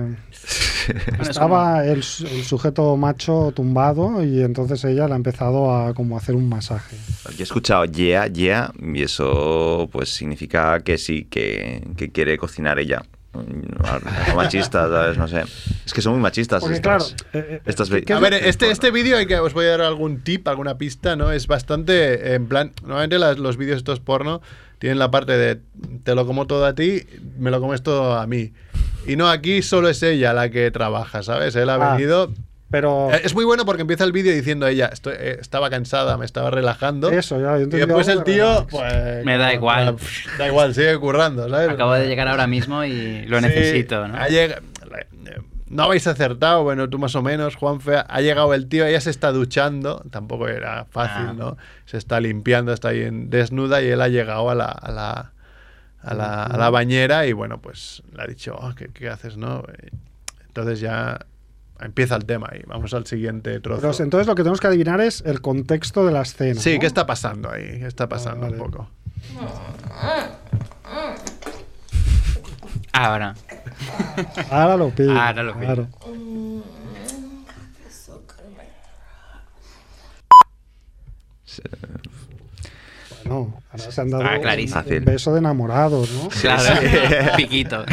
Speaker 6: Bueno, es
Speaker 2: Estaba el, su- el sujeto macho tumbado y entonces ella le ha empezado a como hacer un masaje.
Speaker 4: Yo he escuchado yeah, yeah, y eso pues significa que sí, que, que quiere cocinar ella. Mm, O machista, ¿sabes? No sé. Es que son muy machistas.
Speaker 2: Porque
Speaker 4: estas-
Speaker 2: claro, eh, eh,
Speaker 4: estas
Speaker 2: ¿qué- qué-
Speaker 3: A ver, este,
Speaker 4: porno.
Speaker 3: este vídeo hay que os voy a dar algún tip, alguna pista, ¿no? Es bastante, en plan, normalmente las- los vídeos estos porno tienen la parte de te lo como todo a ti, me lo comes todo a mí. Y no, aquí solo es ella la que trabaja, ¿sabes? Él ha
Speaker 2: Ah. Oh.
Speaker 3: venido...
Speaker 2: Pero
Speaker 3: Eh, Es muy bueno porque empieza el vídeo diciendo ella, "Estoy- eh, estaba cansada, me estaba relajando.
Speaker 2: eso, ya, yo
Speaker 3: Y
Speaker 2: entendí
Speaker 3: después
Speaker 2: algo
Speaker 3: el
Speaker 2: de
Speaker 3: tío,
Speaker 2: relax.
Speaker 3: pues,
Speaker 6: Me da igual.
Speaker 3: Da igual, sigue currando, ¿sabes?
Speaker 6: Acabo de llegar ahora mismo y lo
Speaker 3: Sí,
Speaker 6: necesito, ¿no?
Speaker 3: ha lleg- No habéis acertado, bueno, tú más o menos, Juanfe. Ha llegado el tío, ella se está duchando, tampoco era fácil,
Speaker 6: Ah.
Speaker 3: ¿no? Se está limpiando, está ahí en- desnuda y él ha llegado a la, a la, a la- a la bañera y bueno, pues le ha dicho, "Oh, ¿qué, qué haces, no? Entonces ya empieza el tema y vamos al siguiente trozo.
Speaker 2: Pero entonces lo que tenemos que adivinar es el contexto de la escena.
Speaker 3: sí,
Speaker 2: ¿no?
Speaker 3: ¿qué está pasando ahí? ¿Qué está pasando
Speaker 2: vale.
Speaker 3: un poco?
Speaker 6: Ahora.
Speaker 2: Ahora lo pillo.
Speaker 6: Ahora lo pillo.
Speaker 2: claro.
Speaker 7: It's so good in my
Speaker 2: No, ahora se han dado
Speaker 6: Ah,
Speaker 2: un-
Speaker 6: clarísimo.
Speaker 2: un beso de enamorados, ¿no?
Speaker 6: Claro, piquito.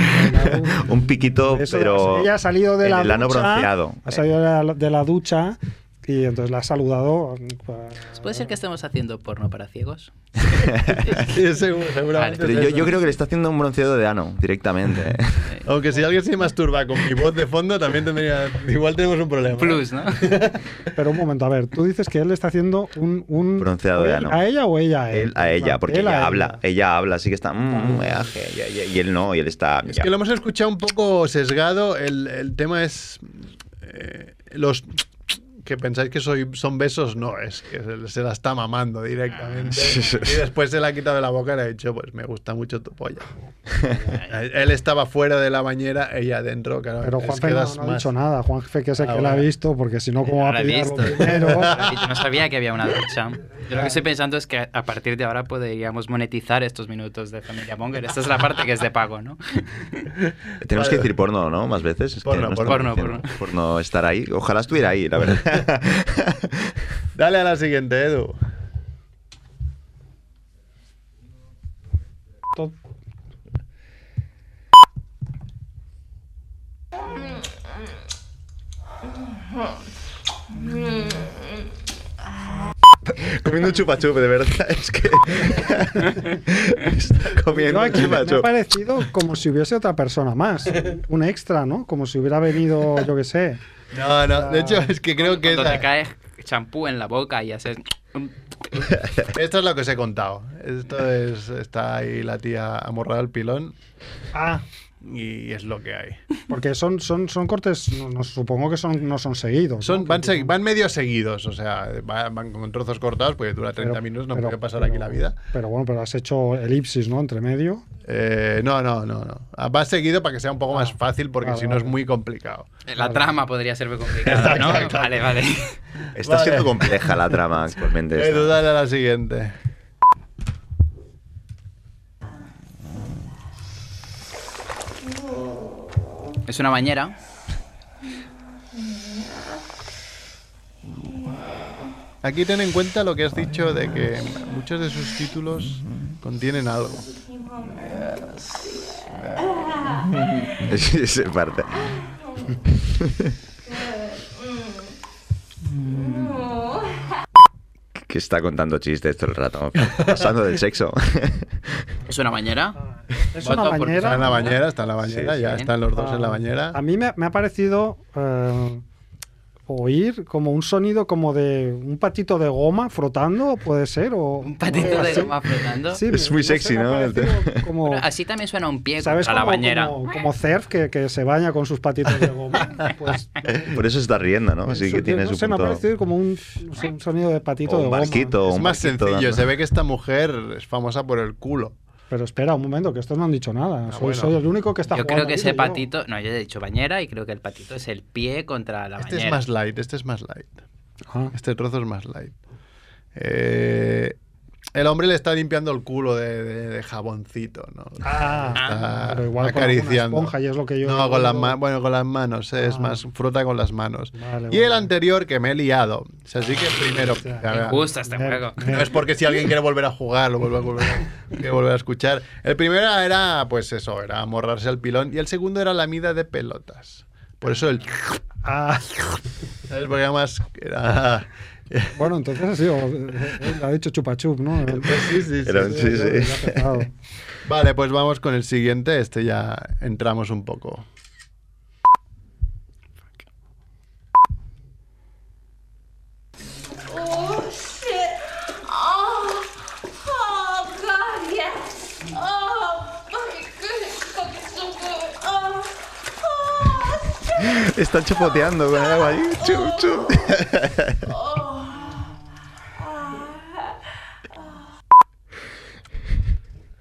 Speaker 4: un piquito,
Speaker 2: Eso,
Speaker 4: pero.
Speaker 2: ella ha salido de
Speaker 4: en
Speaker 2: la
Speaker 4: el ano
Speaker 2: ducha,
Speaker 4: bronceado. Eh,
Speaker 2: Ha salido de la, de la ducha Y entonces la ha saludado. pues,
Speaker 6: ¿Puede ser que estemos haciendo porno para ciegos?
Speaker 3: Sí, seguro- seguramente
Speaker 6: Vale,
Speaker 4: Pero
Speaker 3: es
Speaker 4: yo,
Speaker 3: eso.
Speaker 4: yo creo que le está haciendo un bronceado de ano directamente. ¿eh?
Speaker 3: Aunque si alguien se masturba con mi voz de fondo, también tendría. Igual tenemos un problema.
Speaker 6: Plus, ¿no?
Speaker 2: Pero un momento, a ver, tú dices que él le está haciendo un. un
Speaker 4: Bronceado de ano.
Speaker 2: ¿A ella o ella a él?
Speaker 4: Él a ella, porque
Speaker 2: Él a
Speaker 4: ella habla, ella. habla, así que está. mm, mm, eh, je, ya, ya, y él no, y él está.
Speaker 3: Es
Speaker 4: ya.
Speaker 3: que lo hemos escuchado un poco sesgado. El, el tema es. eh, los. Que pensáis que soy, son besos, no, es que se, se la está mamando directamente. y después se la ha quitado de la boca y le ha dicho: Pues me gusta mucho tu polla. Él estaba fuera de la bañera, ella adentro, claro.
Speaker 2: Pero
Speaker 3: es
Speaker 2: Juan
Speaker 3: que
Speaker 2: no,
Speaker 3: das
Speaker 2: no ha
Speaker 3: más.
Speaker 2: dicho nada. Juan Jefe, que sé
Speaker 3: Ah,
Speaker 2: que la ha
Speaker 3: bueno.
Speaker 2: visto, porque si no, ¿cómo va
Speaker 6: Ahora
Speaker 2: a
Speaker 6: he
Speaker 2: pillarlo
Speaker 6: visto.
Speaker 2: primero?
Speaker 6: Yo no sabía que había una ducha. Yo lo que estoy pensando es que a partir de ahora podríamos monetizar estos minutos de Familia Monger. Esta es la parte que es de pago, ¿no?
Speaker 4: Tenemos
Speaker 3: Vale.
Speaker 4: que decir porno, ¿no? Más veces. Es que
Speaker 3: Porno,
Speaker 4: no estamos
Speaker 6: porno.
Speaker 4: diciendo
Speaker 6: Porno,
Speaker 4: porno estar ahí. Ojalá estuviera ahí, la verdad.
Speaker 3: Dale a la siguiente, Edu.
Speaker 2: To-
Speaker 4: Comiendo un chupachup, de verdad. Es que. está
Speaker 2: Yo
Speaker 4: comiendo un
Speaker 2: aquí me ha
Speaker 4: chupachup.
Speaker 2: parecido como si hubiese otra persona más, un extra, ¿no? Como si hubiera venido, yo qué sé.
Speaker 3: No, no, de hecho es que creo que
Speaker 6: Cuando
Speaker 3: esta,
Speaker 6: te cae champú en la boca y haces...
Speaker 3: esto es lo que os he contado. Esto es, está ahí la tía amorrada al pilón
Speaker 2: Ah,
Speaker 3: y es lo que hay.
Speaker 2: porque son, son, son cortes, no, no, supongo que son, no son seguidos.
Speaker 3: Son,
Speaker 2: ¿no?
Speaker 3: van, segui- van medio seguidos, o sea, va- van con trozos cortados porque dura 30
Speaker 2: Pero-
Speaker 3: minutos, no
Speaker 2: pero-
Speaker 3: puede pasar
Speaker 2: pero-
Speaker 3: aquí la vida.
Speaker 2: Pero bueno, pero has hecho elipsis, ¿no? Entre medio.
Speaker 3: Eh, no, no, no, no. Ah, Va seguido para que sea un poco más fácil porque
Speaker 2: Ah, vale,
Speaker 3: si no es
Speaker 2: vale.
Speaker 3: muy complicado.
Speaker 6: La trama podría ser muy complicada, ¿no? Vale, vale.
Speaker 4: Está
Speaker 3: Vale.
Speaker 4: siendo compleja la trama actualmente. esta.
Speaker 3: Edu, dale a la siguiente.
Speaker 6: Es una bañera.
Speaker 3: Aquí ten en cuenta lo que has dicho de que muchos de sus títulos contienen algo.
Speaker 4: Es- es parte. Que está contando chistes todo el rato. Pasando del sexo.
Speaker 6: Es una bañera.
Speaker 2: Ah, Es
Speaker 6: Voto
Speaker 2: una
Speaker 6: por-
Speaker 2: bañera.
Speaker 3: Está en la bañera, está en la bañera,
Speaker 4: Sí,
Speaker 3: ya
Speaker 6: sí.
Speaker 3: están los dos en la
Speaker 2: Ah. A
Speaker 3: bañera.
Speaker 2: mí me, me ha parecido eh, oír como un sonido como de un patito de goma frotando, puede ser, o
Speaker 6: Un patito de goma flotando.
Speaker 2: Sí,
Speaker 4: Es muy
Speaker 2: sé,
Speaker 4: sexy,
Speaker 2: me ha
Speaker 4: ¿no?
Speaker 2: parecido Como,
Speaker 6: Bueno, Así también suena un pie
Speaker 2: ¿sabes?
Speaker 6: a la
Speaker 2: como-
Speaker 6: bañera.
Speaker 2: Como, como surf que, que se baña con sus patitos de goma. Pues,
Speaker 4: Por eso está riendo, ¿no? Así
Speaker 2: eso,
Speaker 4: que tiene
Speaker 2: no
Speaker 4: su
Speaker 2: sé, me ha
Speaker 4: punto.
Speaker 2: parecido como un, no sé, un sonido de patito
Speaker 4: O
Speaker 2: de
Speaker 4: un
Speaker 2: goma.
Speaker 4: barquito. o
Speaker 3: Es
Speaker 4: un
Speaker 3: más
Speaker 4: barquito
Speaker 3: sencillo,
Speaker 4: dando-
Speaker 3: se ve que esta mujer es famosa por el culo.
Speaker 2: Pero espera un momento, que estos no han dicho nada. soy,
Speaker 3: bueno.
Speaker 2: soy el único que está
Speaker 6: Ah, Yo
Speaker 2: jugando
Speaker 6: creo que
Speaker 2: aquí,
Speaker 6: ese
Speaker 2: yo.
Speaker 6: patito, no, yo he dicho bañera y creo que el patito es el pie contra la
Speaker 3: Este
Speaker 6: bañera.
Speaker 3: es más light, este es más light.
Speaker 2: Ah,
Speaker 3: Este trozo es más light. Eh, el hombre le está limpiando el culo de, de- de jaboncito, ¿no?
Speaker 2: Ah,
Speaker 3: Está
Speaker 2: pero
Speaker 4: Ah,
Speaker 2: igual con
Speaker 3: acariciando.
Speaker 2: alguna esponja y es lo que yo
Speaker 3: no, con las
Speaker 2: recuerdo.
Speaker 3: ma- bueno, con las manos, eh, es
Speaker 2: Ah.
Speaker 3: más, fruta con las manos.
Speaker 2: Vale,
Speaker 3: y el
Speaker 2: vale.
Speaker 3: anterior que me he liado. O sea, así que primero.
Speaker 2: Hostia.
Speaker 3: a ver,
Speaker 6: Me gusta este
Speaker 2: Bien,
Speaker 6: juego.
Speaker 2: bien.
Speaker 3: no es porque si alguien quiere volver a jugar, lo vuelva a, volver, quiere volver a escuchar. El primero era, pues eso, era morrarse al pilón. Y el segundo era la mida de pelotas. Por eso el.
Speaker 2: Ah,
Speaker 3: ¿Sabes? Porque además era.
Speaker 2: bueno, entonces ha sido. eh, Ha dicho chupachup, ¿no?
Speaker 3: Pues sí, sí, sí.
Speaker 4: Era un- sí, sí.
Speaker 2: Claro.
Speaker 3: Vale, pues vamos con el siguiente. Este ya entramos un poco.
Speaker 7: Oh shit! Oh, oh god, yes! Oh my goodness, fucking so good! Oh, oh, shit!
Speaker 4: Está chupoteando con algo ahí. Chup, chup.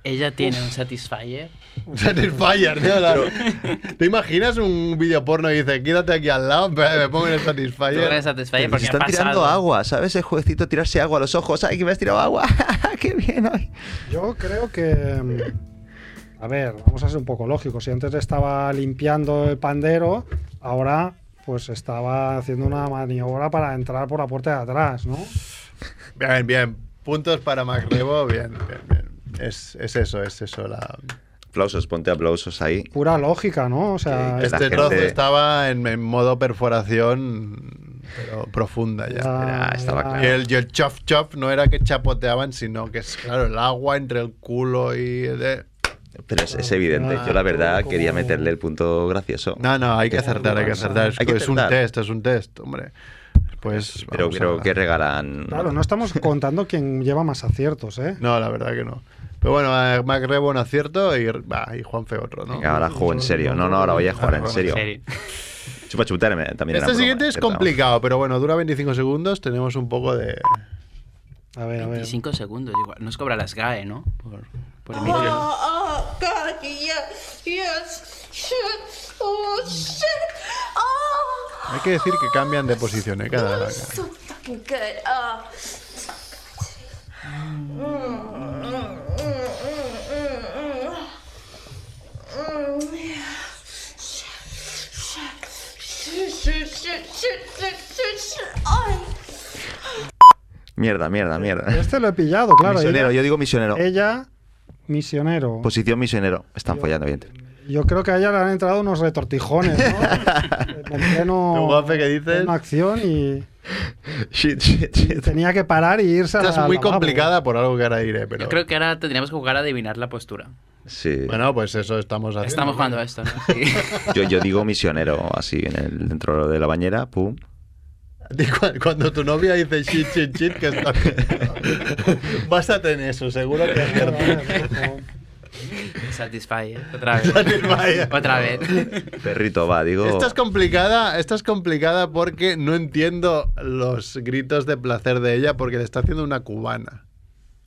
Speaker 6: Ella tiene un satisfier.
Speaker 3: Satisfyer, ¿no? ¿Te imaginas un video porno y dice, quédate aquí al lado, pe- me pongo en el
Speaker 6: Tú eres
Speaker 3: Satisfyer?
Speaker 6: satisfier
Speaker 4: Se
Speaker 6: porque ha
Speaker 4: están
Speaker 6: pasado.
Speaker 4: tirando agua, ¿sabes? El jueguecito tirarse agua a los ojos. ¡Ay, que me has tirado agua! ¡Qué bien hoy!
Speaker 2: Yo creo que. mm, A ver, vamos a ser un poco lógicos. Si antes estaba limpiando el pandero, ahora pues estaba haciendo una maniobra para entrar por la puerta de atrás, ¿no?
Speaker 3: Bien, bien. Puntos para Macrebo, bien, bien, bien. Es, es eso, es eso. La...
Speaker 4: Aplausos, ponte aplausos ahí.
Speaker 2: Pura lógica, ¿no? O sea,
Speaker 4: Que- que
Speaker 2: es-
Speaker 4: la
Speaker 3: Este trozo
Speaker 4: gente-
Speaker 3: estaba en, en modo perforación pero profunda ya.
Speaker 2: La-
Speaker 4: Era- estaba
Speaker 2: la-
Speaker 4: claro.
Speaker 3: Y el, y el chop chop no era que chapoteaban, sino que es claro, el agua entre el culo y. de-
Speaker 4: Pero es, es evidente. Yo, la verdad, quería meterle el punto gracioso.
Speaker 3: No, no, hay que acertar, hay que acertar. Es,
Speaker 4: Hay que
Speaker 3: es un
Speaker 4: acertar.
Speaker 3: test, es un test, hombre. Pues.
Speaker 4: Pero
Speaker 3: vamos
Speaker 4: creo
Speaker 3: a-
Speaker 4: que regalan.
Speaker 2: Claro, no estamos contando quién lleva más aciertos, ¿eh?
Speaker 3: No, la verdad que no. Pero bueno, eh, Mac Rebo un acierto y, bah, y Juanfe otro, ¿no?
Speaker 4: Venga, ahora juego en serio. No, no, ahora voy a jugar en serio.
Speaker 6: Serio.
Speaker 4: Chupa chutar me- también
Speaker 3: Este
Speaker 4: era broma, eh,
Speaker 3: siguiente es
Speaker 4: ¿verdad?
Speaker 3: complicado, pero bueno, dura 25 segundos. Tenemos un poco de.
Speaker 2: A ver, a ver.
Speaker 6: 25 segundos, igual. Nos cobra las GAE, ¿no? Por,
Speaker 3: Ah.
Speaker 6: por Emilio.
Speaker 7: Oh, oh, God, yes, yes, shit, oh, shit, oh.
Speaker 3: Hay que decir que cambian de posición, ¿eh? Cada.
Speaker 7: So fucking good. Oh. Mm, mm, mm, mm, mm, mm. Mm, yeah. Shit, shit, shit, shit, shit, shit, shit. Ay.
Speaker 4: Mierda, mierda, mierda.
Speaker 2: Este lo he pillado, claro.
Speaker 4: misionero,
Speaker 2: Ella,
Speaker 4: yo digo misionero.
Speaker 2: ella, misionero.
Speaker 3: Pues-
Speaker 4: Posición misionero. Están follando, evidentemente.
Speaker 2: Yo creo que a ella le han entrado unos retortijones, ¿no? en pleno,
Speaker 3: Tú, Juanfe, ¿qué dices?
Speaker 2: pleno acción y,
Speaker 4: Shit, shit,
Speaker 2: y
Speaker 4: shit.
Speaker 2: tenía que parar y irse a
Speaker 3: Esta
Speaker 2: la
Speaker 3: es muy
Speaker 2: al lavabo.
Speaker 3: complicada por algo que ahora diré, pero.
Speaker 6: Yo creo que ahora tendríamos que jugar a adivinar la postura.
Speaker 4: Sí.
Speaker 3: Bueno, pues eso estamos haciendo.
Speaker 6: Estamos jugando a esto, ¿no? Sí.
Speaker 4: Yo, yo digo misionero, así, en el, dentro de la bañera, pum.
Speaker 3: Y cu- Cuando tu novia dice shit, shit, shit, que está. Bástate en eso, seguro que es
Speaker 2: Vale,
Speaker 3: cierto.
Speaker 2: vale, por favor.
Speaker 6: Satisfy, ¿eh? Otra vez.
Speaker 3: Satisfy.
Speaker 6: Otra vez.
Speaker 4: Perrito, va, digo.
Speaker 3: Esta es complicada, esta es complicada porque no entiendo los gritos de placer de ella porque le está haciendo una cubana.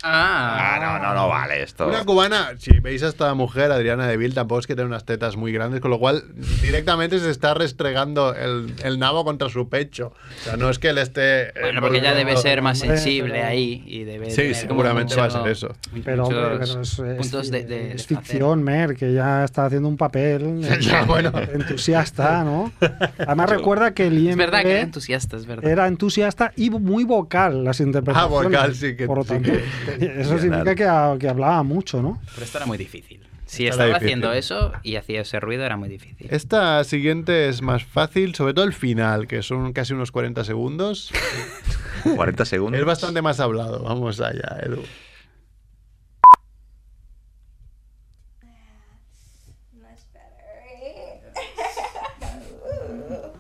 Speaker 4: Ah, no, no, no vale esto.
Speaker 3: Una cubana, si veis a esta mujer, Adriana Deville, tampoco es que tenga unas tetas muy grandes, con lo cual directamente se está restregando el, el nabo contra su pecho. O sea, no es que él esté... eh,
Speaker 6: Bueno, porque ella debe ser más
Speaker 2: Hombre,
Speaker 6: sensible
Speaker 2: pero-
Speaker 6: ahí y debe.
Speaker 3: Sí,
Speaker 6: tener como
Speaker 3: seguramente va a ser eso.
Speaker 2: Pero, hombre,
Speaker 6: muchos
Speaker 2: pero es, es-
Speaker 6: puntos de, de-
Speaker 2: es
Speaker 6: de
Speaker 2: ficción, Mer, que ya está haciendo un papel
Speaker 3: Ya, bueno.
Speaker 2: entusiasta, ¿no? Además recuerda que el IMC
Speaker 6: Es verdad que era entusiasta, es verdad.
Speaker 2: era entusiasta y muy vocal las interpretaciones.
Speaker 3: Ah, vocal, sí que-
Speaker 2: Por lo
Speaker 3: sí
Speaker 2: tanto,
Speaker 3: que-
Speaker 2: eso significa que, ha- que hablaba mucho, ¿no?
Speaker 6: Pero esto era muy difícil. Si
Speaker 3: Esto
Speaker 6: estaba
Speaker 3: era
Speaker 6: haciendo
Speaker 3: difícil. Eh,
Speaker 6: eso y hacía ese ruido, era muy difícil.
Speaker 3: Esta siguiente es más fácil, sobre todo el final, que son casi unos 40 segundos.
Speaker 4: 40 segundos.
Speaker 3: Es bastante más hablado, vamos allá, Edu.
Speaker 7: Much better, right? Ooh.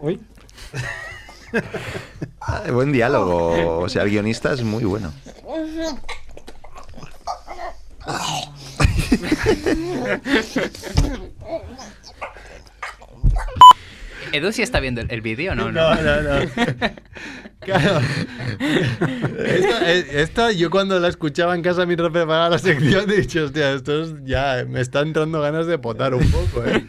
Speaker 2: Uy,
Speaker 4: Ah, buen diálogo. O sea, el guionista es muy bueno.
Speaker 6: Edu sí está viendo el, el vídeo, ¿no?
Speaker 3: No, no, no. Claro. Esta, eh, esta, yo cuando la escuchaba en casa mientras preparaba la sección, he dicho, hostia, esto es- ya me está entrando ganas de potar un poco, ¿eh?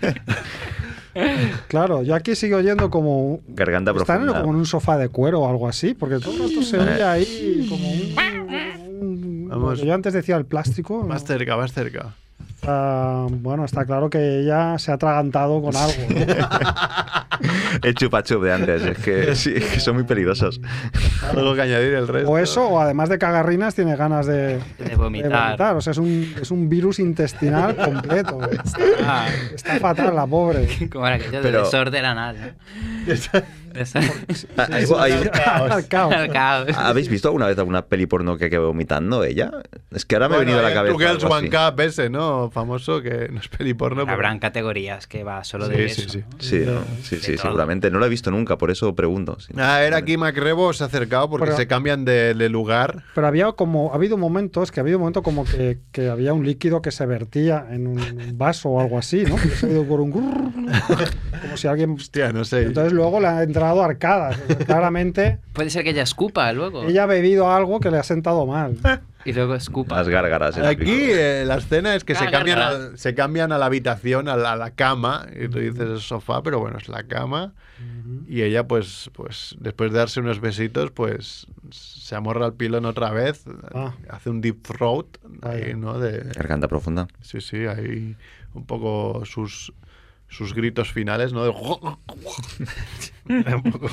Speaker 2: claro, yo aquí sigo oyendo como...
Speaker 4: Garganta
Speaker 2: Están
Speaker 4: profunda.
Speaker 2: como en un sofá de cuero o algo así, porque todo el rato se
Speaker 3: Eh.
Speaker 2: oye ahí como un... un-
Speaker 3: Vamos.
Speaker 2: lo que yo antes decía el plástico. ¿no?
Speaker 3: Más cerca, más cerca.
Speaker 2: Ah, bueno, está claro que ella se ha atragantado con algo. ¿no?
Speaker 4: El chupa chup de antes. Es que, sí, es que son muy peligrosos.
Speaker 3: Algo que añadir el resto.
Speaker 2: O eso, o además de cagarrinas, tiene ganas de,
Speaker 6: De vomitar.
Speaker 2: O sea, es un, es un virus intestinal completo.
Speaker 6: Ah,
Speaker 2: Está fatal la pobre.
Speaker 6: como era aquello de
Speaker 4: Pero-
Speaker 6: desorden anal. ¿no? Desorden-
Speaker 4: Ah, hay- hay-
Speaker 2: Al caos.
Speaker 6: El caos.
Speaker 4: ¿Habéis visto alguna vez alguna peli porno que acabe vomitando ella? Es que ahora me ha
Speaker 3: Bueno, eh,
Speaker 4: venido a la
Speaker 3: el
Speaker 4: cabeza.
Speaker 3: Two Girls
Speaker 4: algo
Speaker 3: One
Speaker 4: así.
Speaker 3: Cup ese, ¿no? Famoso, que no es peliporno. pero-
Speaker 6: Habrán categorías que va solo
Speaker 3: Sí,
Speaker 6: de
Speaker 3: sí,
Speaker 6: eso.
Speaker 3: sí.
Speaker 6: ¿no?
Speaker 4: Sí, ¿no? sí, sí,
Speaker 6: todo.
Speaker 4: seguramente. No lo he visto nunca, por eso pregunto. Sí.
Speaker 3: Ah, era aquí Macrebo se ha acercado porque
Speaker 2: Pero-
Speaker 3: se cambian de, de lugar.
Speaker 2: Pero había como, ha habido momentos que ha habido un momento como que, que había un líquido que se vertía en un vaso o algo así, ¿no? Que se ha ido por un grrr, como si alguien.
Speaker 3: Hostia, no sé.
Speaker 2: Entonces luego le ha entrado arcadas. O sea, Claramente
Speaker 6: Puede ser que ella escupa luego.
Speaker 2: ella ha bebido algo que le ha sentado mal.
Speaker 6: Y luego escupa.
Speaker 4: Las gárgaras. en la
Speaker 3: Aquí
Speaker 4: película.
Speaker 3: eh, la escena es que se
Speaker 6: Ah,
Speaker 3: cambian,
Speaker 6: verdad.
Speaker 3: al- se cambian a la habitación, a la, a la cama, y tú dices el sofá, pero bueno, es la cama. Y ella, pues, pues, después de darse unos besitos, pues se amorra al pilón otra vez,
Speaker 2: Ah.
Speaker 3: hace un deep throat, ahí,
Speaker 2: Vaya.
Speaker 3: ¿no? De,
Speaker 4: Garganta profunda.
Speaker 3: sí, sí, ahí un poco sus sus gritos finales, ¿no? De un poco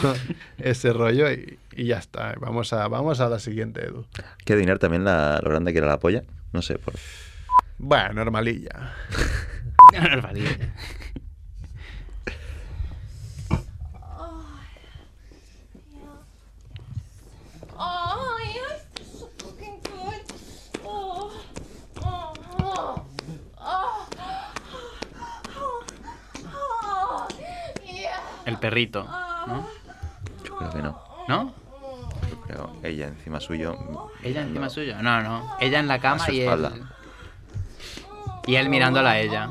Speaker 3: ese rollo y, y ya está. Vamos a, vamos a la siguiente, Edu.
Speaker 4: que adivinar también la, lo grande que era la polla. No sé, por...
Speaker 3: Bueno, normalilla.
Speaker 6: Normalidad.
Speaker 7: Oh, yeah. Oh, yeah, it's so fucking good. Oh, oh, oh, oh, oh, oh, yeah.
Speaker 6: El perrito, ¿no?
Speaker 4: Yo creo que no.
Speaker 6: ¿No?
Speaker 4: Yo creo ella encima suyo.
Speaker 6: Ella encima suyo. No, no. Ella en la
Speaker 4: A
Speaker 6: cama
Speaker 4: su
Speaker 6: y él.
Speaker 4: espalda.
Speaker 6: Y él mirándola a ella.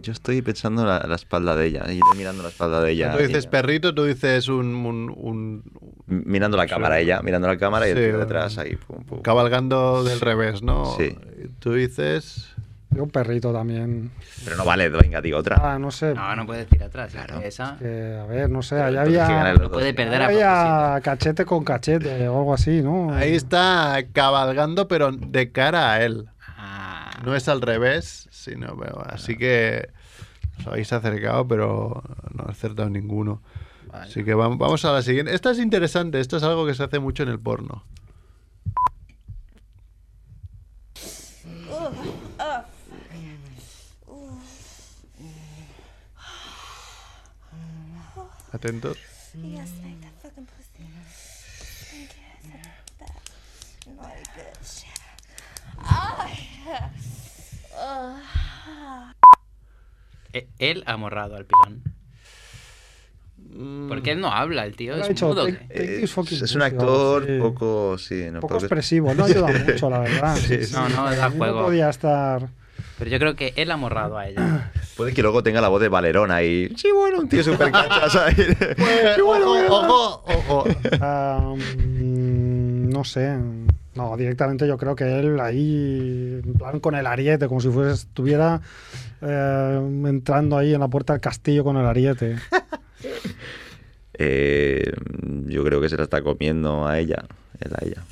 Speaker 4: Yo estoy pensando en la, la espalda de ella. Y yo mirando la espalda de ella.
Speaker 3: Tú dices
Speaker 4: Ella-
Speaker 3: perrito, tú dices un, un- un-
Speaker 4: mirando la cámara ella, mirando la cámara y el
Speaker 3: Sí,
Speaker 4: tío
Speaker 3: un-
Speaker 4: detrás ahí. pum, pum.
Speaker 3: cabalgando del revés, ¿no?
Speaker 4: Sí.
Speaker 3: Tú dices...
Speaker 2: Yo un perrito también.
Speaker 4: Pero no vale, venga, digo otra.
Speaker 2: Ah, no sé.
Speaker 6: No, no puedes ir atrás.
Speaker 4: Claro.
Speaker 6: porque Esa
Speaker 2: que, a ver, no sé. Allá
Speaker 4: Entonces, que ganen
Speaker 2: había,
Speaker 4: los dos.
Speaker 6: puede perder a propósito.
Speaker 2: había cachete con cachete o algo así, ¿no?
Speaker 3: Ahí está cabalgando, pero de cara a él.
Speaker 6: Ah.
Speaker 3: No es al revés, sino bueno, así que os habéis acercado, pero no he acertado ninguno. Así que vam- vamos a la siguiente. Esta es interesante, esto es algo que se hace mucho en el porno. Atentos.
Speaker 7: You gotta smack that fucking pussy. Thank you. Suck that naughty bitch. Oh, yeah. Ugh.
Speaker 6: E- Él ha morrado al pilón. Porque él no habla, el tío.
Speaker 2: Mm. Lo ha
Speaker 6: Es
Speaker 2: dicho,
Speaker 6: mudo.
Speaker 2: "Take-
Speaker 6: que-
Speaker 2: take
Speaker 4: Eh,
Speaker 2: this fucking
Speaker 4: es
Speaker 2: pussy",
Speaker 4: un
Speaker 2: o
Speaker 4: actor
Speaker 2: algo así.
Speaker 4: poco, sí, no,
Speaker 2: poco
Speaker 4: poco-
Speaker 2: expresivo, no ayuda mucho, la verdad.
Speaker 3: Sí, sí.
Speaker 6: No, no, da
Speaker 2: A mí
Speaker 6: juego.
Speaker 2: podía estar.
Speaker 6: Pero yo creo que él ha morrado a ella.
Speaker 4: Puede que luego tenga la voz de Valerón ahí. Sí, bueno, un tío súper cancha, ¿sabes?
Speaker 3: Eh, ojo, ojo, ojo.
Speaker 2: ah, mm, no sé. No, directamente yo creo que él ahí, en plan con el ariete, como si fuese, estuviera eh, entrando ahí en la puerta del castillo con el ariete.
Speaker 4: Eh, yo creo que se la está comiendo a ella. Él a ella.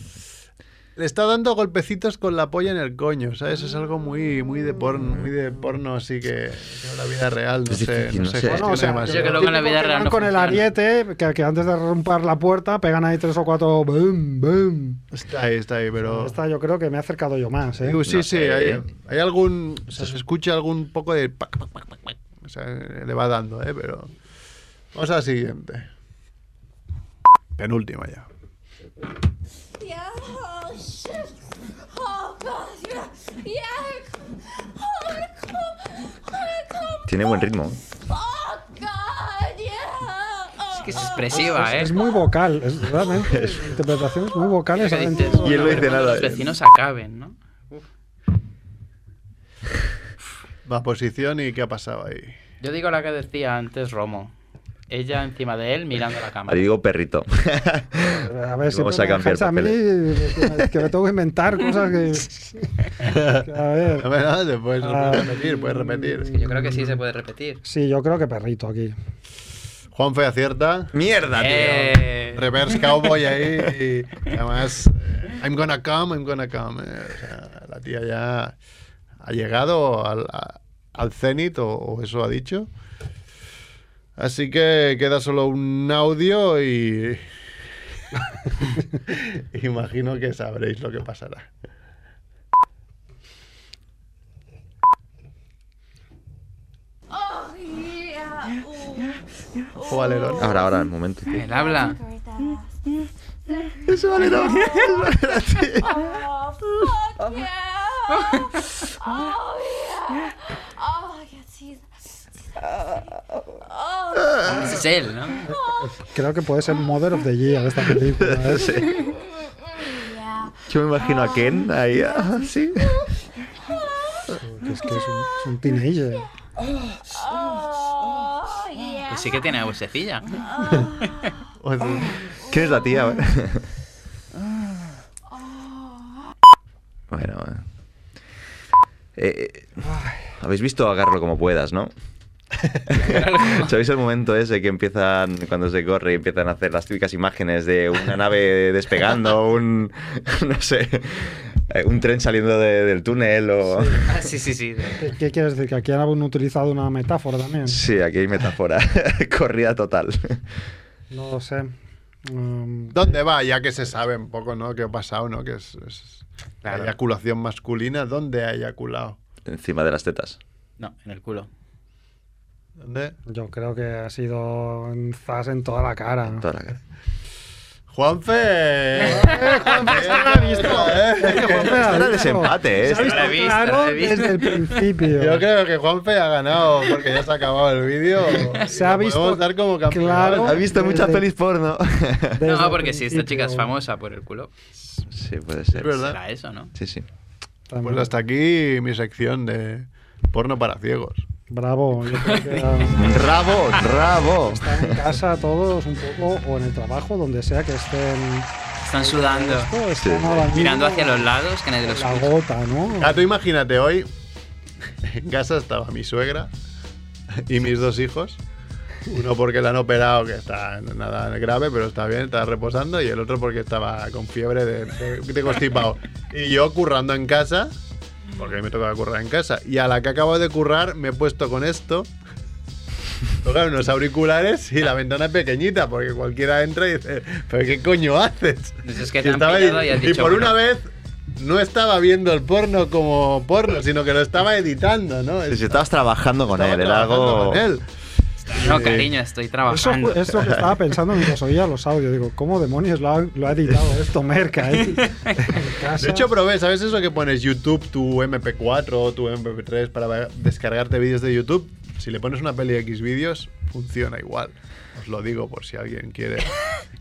Speaker 3: Le está dando golpecitos con la polla en el coño, ¿sabes? Es algo muy, muy de porno, muy de porno, así que, que en la vida real no
Speaker 4: Es
Speaker 3: sé,
Speaker 4: difícil,
Speaker 3: no
Speaker 4: no
Speaker 3: sé,
Speaker 4: sé.
Speaker 3: gestiona
Speaker 2: Bueno, o sea,
Speaker 3: demasiado.
Speaker 6: Yo creo que en la
Speaker 2: típico
Speaker 6: vida
Speaker 2: que
Speaker 6: real
Speaker 2: van
Speaker 6: no
Speaker 2: con el
Speaker 6: funciona.
Speaker 2: ariete, que, que antes de romper la puerta pegan ahí tres o cuatro. ¡Bum, bum!
Speaker 3: Está ahí, está ahí,
Speaker 4: Oh.
Speaker 3: pero...
Speaker 2: Esta yo creo que me he acercado yo más. ¿eh?
Speaker 3: Digo, sí,
Speaker 4: No
Speaker 3: sí,
Speaker 4: sé.
Speaker 3: hay, hay algún... o sea, se escucha algún poco de... pac, pac, pac, pac, pac. O sea, le va dando, ¿eh? Pero... Vamos a la siguiente. Penúltima ya.
Speaker 7: Yeah. Oh, shit. Oh, God. Yeah. Yeah. Oh, my God. Oh, my God.
Speaker 4: Tiene buen ritmo.
Speaker 7: Oh, God. Yeah. Oh,
Speaker 6: Es que es expresiva, ¿eh?
Speaker 2: Es muy vocal, es, realmente. Su interpretación es muy vocal.
Speaker 6: Es
Speaker 2: es-
Speaker 6: que dices,
Speaker 2: es-
Speaker 4: Y él no
Speaker 6: "Bueno,
Speaker 4: dice
Speaker 6: cuando
Speaker 4: nada". ¿eh?
Speaker 6: Los vecinos acaben, ¿no?
Speaker 3: La posición y qué ha pasado ahí.
Speaker 6: Yo digo la que decía antes Romo. Ella encima de él mirando la cámara.
Speaker 4: Ahí digo perrito.
Speaker 2: A ver,
Speaker 4: Vamos
Speaker 2: siempre
Speaker 4: a
Speaker 2: me
Speaker 4: cambiar
Speaker 2: dejáis a mí que, que me tengo que inventar cosas que... que, a
Speaker 3: No,
Speaker 2: ver.
Speaker 3: no, te puedes
Speaker 2: Ah,
Speaker 3: repetir, puedes repetir.
Speaker 6: Yo creo que sí se puede repetir.
Speaker 2: Sí, yo creo que perrito aquí.
Speaker 3: Juanfe acierta.
Speaker 4: ¡Mierda, Ah, tío!
Speaker 6: Eh,
Speaker 3: Reverse Cowboy ahí. Y además, eh, I'm gonna come, I'm gonna come. eh. O sea, la tía ya ha llegado al, a- al cenit, o, o eso ha dicho. Así que queda solo un audio y. Imagino que sabréis lo que pasará.
Speaker 7: Oh, yeah. Oh,
Speaker 3: Ojo, Valerón.
Speaker 4: Ahora, ahora, el momento. tío.
Speaker 6: Él habla.
Speaker 7: great that ass.
Speaker 4: Ese Valerón.
Speaker 7: Oh, fuck yeah. Oh, yeah. Oh, yeah. Jesus. Oh,
Speaker 6: Ese es él, ¿no?
Speaker 2: Creo que puede ser Mother of the Year esta película. ¿eh?
Speaker 7: yeah.
Speaker 4: Yo me imagino a Ken ahí, ah, así.
Speaker 2: Que es que es un, es un teenager.
Speaker 7: Oh, yeah.
Speaker 6: Pues sí que tiene vocecilla.
Speaker 4: ¿Quién es la tía? bueno. eh. Eh, Habéis visto agarro como puedas, ¿no? ¿Sabéis el momento ese que empiezan, cuando se corre, y empiezan a hacer las típicas imágenes de una nave despegando, un. no sé. eh, un tren saliendo de- del túnel o...
Speaker 6: Ah, sí, sí, sí.
Speaker 2: ¿Qué, qué quieres decir? Que aquí han utilizado una metáfora también.
Speaker 4: Sí, aquí hay metáfora. Corrida total.
Speaker 2: No lo sé. Um,
Speaker 3: ¿Dónde va? Ya que se sabe un poco, ¿no? ¿Qué ha pasado, no? Que es, es la
Speaker 6: Claro.
Speaker 3: eyaculación masculina. ¿Dónde ha eyaculado?
Speaker 4: Encima de las tetas.
Speaker 6: No, en el culo.
Speaker 3: ¿Dónde?
Speaker 2: Yo creo que ha sido un zas en toda la cara.
Speaker 4: Toda la cara.
Speaker 3: ¡Juanfe!
Speaker 2: Eh, Juanfe, se la ha visto.
Speaker 3: Eh,
Speaker 2: que Juanfe la ha
Speaker 4: Esto era
Speaker 2: visto.
Speaker 4: desempate, ¿eh?
Speaker 2: Se ha visto
Speaker 6: la he visto,
Speaker 2: claro
Speaker 6: la he visto.
Speaker 2: desde el principio.
Speaker 3: Yo creo que Juanfe ha ganado porque ya se ha acabado el vídeo.
Speaker 2: Se ha
Speaker 3: Lo
Speaker 2: visto
Speaker 3: Podemos dar como campeón.
Speaker 2: claro.
Speaker 4: ¿Has visto muchas
Speaker 2: Desde-
Speaker 4: pelis porno?
Speaker 2: Desde
Speaker 6: No,
Speaker 2: el
Speaker 6: porque si esta
Speaker 2: principio.
Speaker 6: chica es famosa por el culo,
Speaker 4: sí, puede ser.
Speaker 3: Es verdad.
Speaker 6: será eso, ¿no?
Speaker 4: Sí, sí.
Speaker 2: También.
Speaker 3: Pues hasta aquí mi sección de porno para ciegos.
Speaker 2: Bravo. Yo creo que era-
Speaker 4: Rabo, rabo.
Speaker 2: están en casa todos un poco, o en el trabajo, donde sea que estén.
Speaker 6: Están sudando,
Speaker 2: Esto,
Speaker 4: Sí.
Speaker 2: están ahora mismo
Speaker 6: mirando hacia los lados, que nadie los
Speaker 2: La
Speaker 6: escucha.
Speaker 2: gota, ¿no?
Speaker 3: Ah, tú imagínate, hoy en casa estaba mi suegra y mis dos hijos. Uno porque le han operado, que está nada grave, pero está bien, está reposando. Y el otro porque estaba con fiebre de, de- de constipado. Y yo currando en casa, porque a mí me tocaba currar en casa. Y a la que acabo de currar me he puesto con esto. Tocar unos auriculares y la ventana es pequeñita, porque cualquiera entra y dice, ¿pero qué coño haces?
Speaker 6: Entonces es que
Speaker 3: Y
Speaker 6: te han
Speaker 3: estaba
Speaker 6: pillado
Speaker 3: edi-
Speaker 6: y has
Speaker 3: y
Speaker 6: dicho,
Speaker 3: por
Speaker 6: bueno.
Speaker 3: una vez no estaba viendo el porno como porno, sino que lo estaba editando, ¿no?
Speaker 4: Sí, sí, estabas trabajando con
Speaker 3: Estaba
Speaker 4: él, era
Speaker 3: trabajando
Speaker 4: algo...
Speaker 3: con él. Eh,
Speaker 6: No, cariño, estoy
Speaker 2: Eso
Speaker 6: trabajando.
Speaker 2: es lo que estaba pensando mientras oía los audios. Digo, ¿cómo demonios lo ha, lo ha editado esto, Merca? eh? En casa.
Speaker 3: De hecho, probé, ¿sabes eso que pones YouTube, tu MP4 o tu MP3 para descargarte vídeos de YouTube? Si le pones una peli de X vídeos, funciona igual. Os lo digo por si alguien quiere.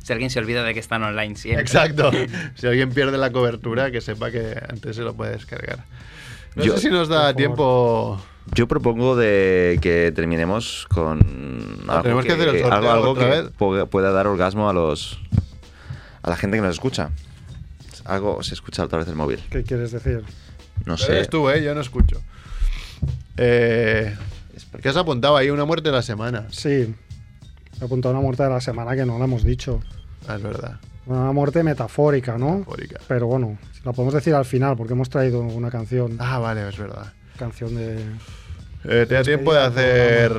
Speaker 6: Si alguien se olvida de que están online siempre.
Speaker 3: Exacto. Si alguien pierde la cobertura, que sepa que antes se lo puede descargar. No
Speaker 4: Yo-
Speaker 3: sé si nos da
Speaker 2: Por favor.
Speaker 3: tiempo.
Speaker 4: Yo propongo de que terminemos con
Speaker 3: Ah, tenemos que hacer el sorteo
Speaker 4: algo, algo
Speaker 3: otra
Speaker 4: que
Speaker 3: vez.
Speaker 4: po- pueda dar orgasmo a los a la gente que nos escucha. Algo se escucha otra vez el móvil.
Speaker 2: ¿Qué quieres decir?
Speaker 4: No
Speaker 3: Pero
Speaker 4: sé.
Speaker 3: Eres tú, ¿eh? Yo no escucho. Eh, ¿Qué has apuntado ahí? Una muerte a la semana.
Speaker 2: Sí. He apuntado una muerte de la semana que no la hemos dicho.
Speaker 3: Ah, es verdad.
Speaker 2: Una muerte metafórica, ¿no?
Speaker 3: Metafórica.
Speaker 2: Pero bueno, la podemos decir al final porque hemos traído una canción.
Speaker 3: Ah, vale, es verdad.
Speaker 2: Canción de.
Speaker 3: Eh, ¿Te da
Speaker 2: Es que
Speaker 3: tiempo de
Speaker 2: ya
Speaker 3: hacer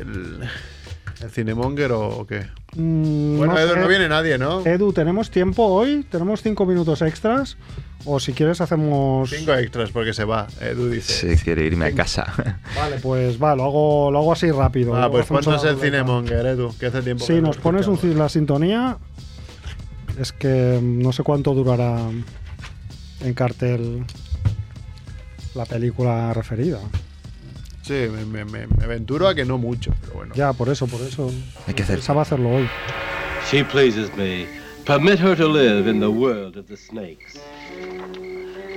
Speaker 3: el, el cinemonger o, o qué?
Speaker 2: Mm,
Speaker 3: Bueno,
Speaker 2: no
Speaker 3: Edu,
Speaker 2: sé.
Speaker 3: no viene nadie, ¿no?
Speaker 2: Edu, ¿tenemos tiempo hoy? ¿Tenemos cinco minutos extras? O si quieres, hacemos.
Speaker 3: Cinco extras porque se va. Edu dice.
Speaker 4: Se quiere irme a casa.
Speaker 2: Vale, pues va, lo hago, lo hago así rápido.
Speaker 3: Ah,
Speaker 2: Luego
Speaker 3: pues
Speaker 2: hacemos
Speaker 3: ponnos
Speaker 2: una
Speaker 3: el
Speaker 2: ruleta.
Speaker 3: cinemonger, Edu, que hace tiempo.
Speaker 2: Sí,
Speaker 3: que no
Speaker 2: nos
Speaker 3: lo
Speaker 2: pones un,
Speaker 3: escuchamos.
Speaker 2: ci- la sintonía. Es que mm, no sé cuánto durará en cartel la película referida.
Speaker 3: Sí, me, me- me- me aventuro a que no mucho, pero bueno.
Speaker 2: Ya, por eso, por eso.
Speaker 4: Hay que hacer.
Speaker 2: Pensaba hacerlo hoy.
Speaker 8: She pleases me. Permit her to live in the world of the snakes.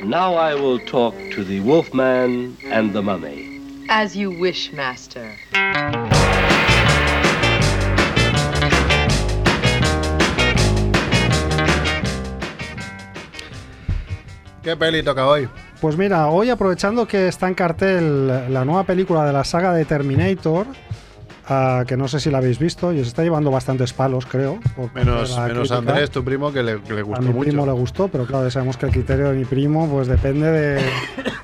Speaker 8: Now I will talk to the wolfman and the mummy.
Speaker 9: As you wish, master.
Speaker 3: ¿Qué peli toca hoy?
Speaker 2: Pues mira, hoy aprovechando que está en cartel la nueva película de la saga de Terminator, ah, que no sé si la habéis visto, y os está llevando bastantes palos, creo. por parte
Speaker 3: Menos,
Speaker 2: de la
Speaker 3: menos
Speaker 2: crítica.
Speaker 3: Andrés, tu primo, que le, que le
Speaker 2: A
Speaker 3: gustó
Speaker 2: mi
Speaker 3: mucho.
Speaker 2: primo le gustó, pero claro, ya sabemos que el criterio de mi primo pues depende, de,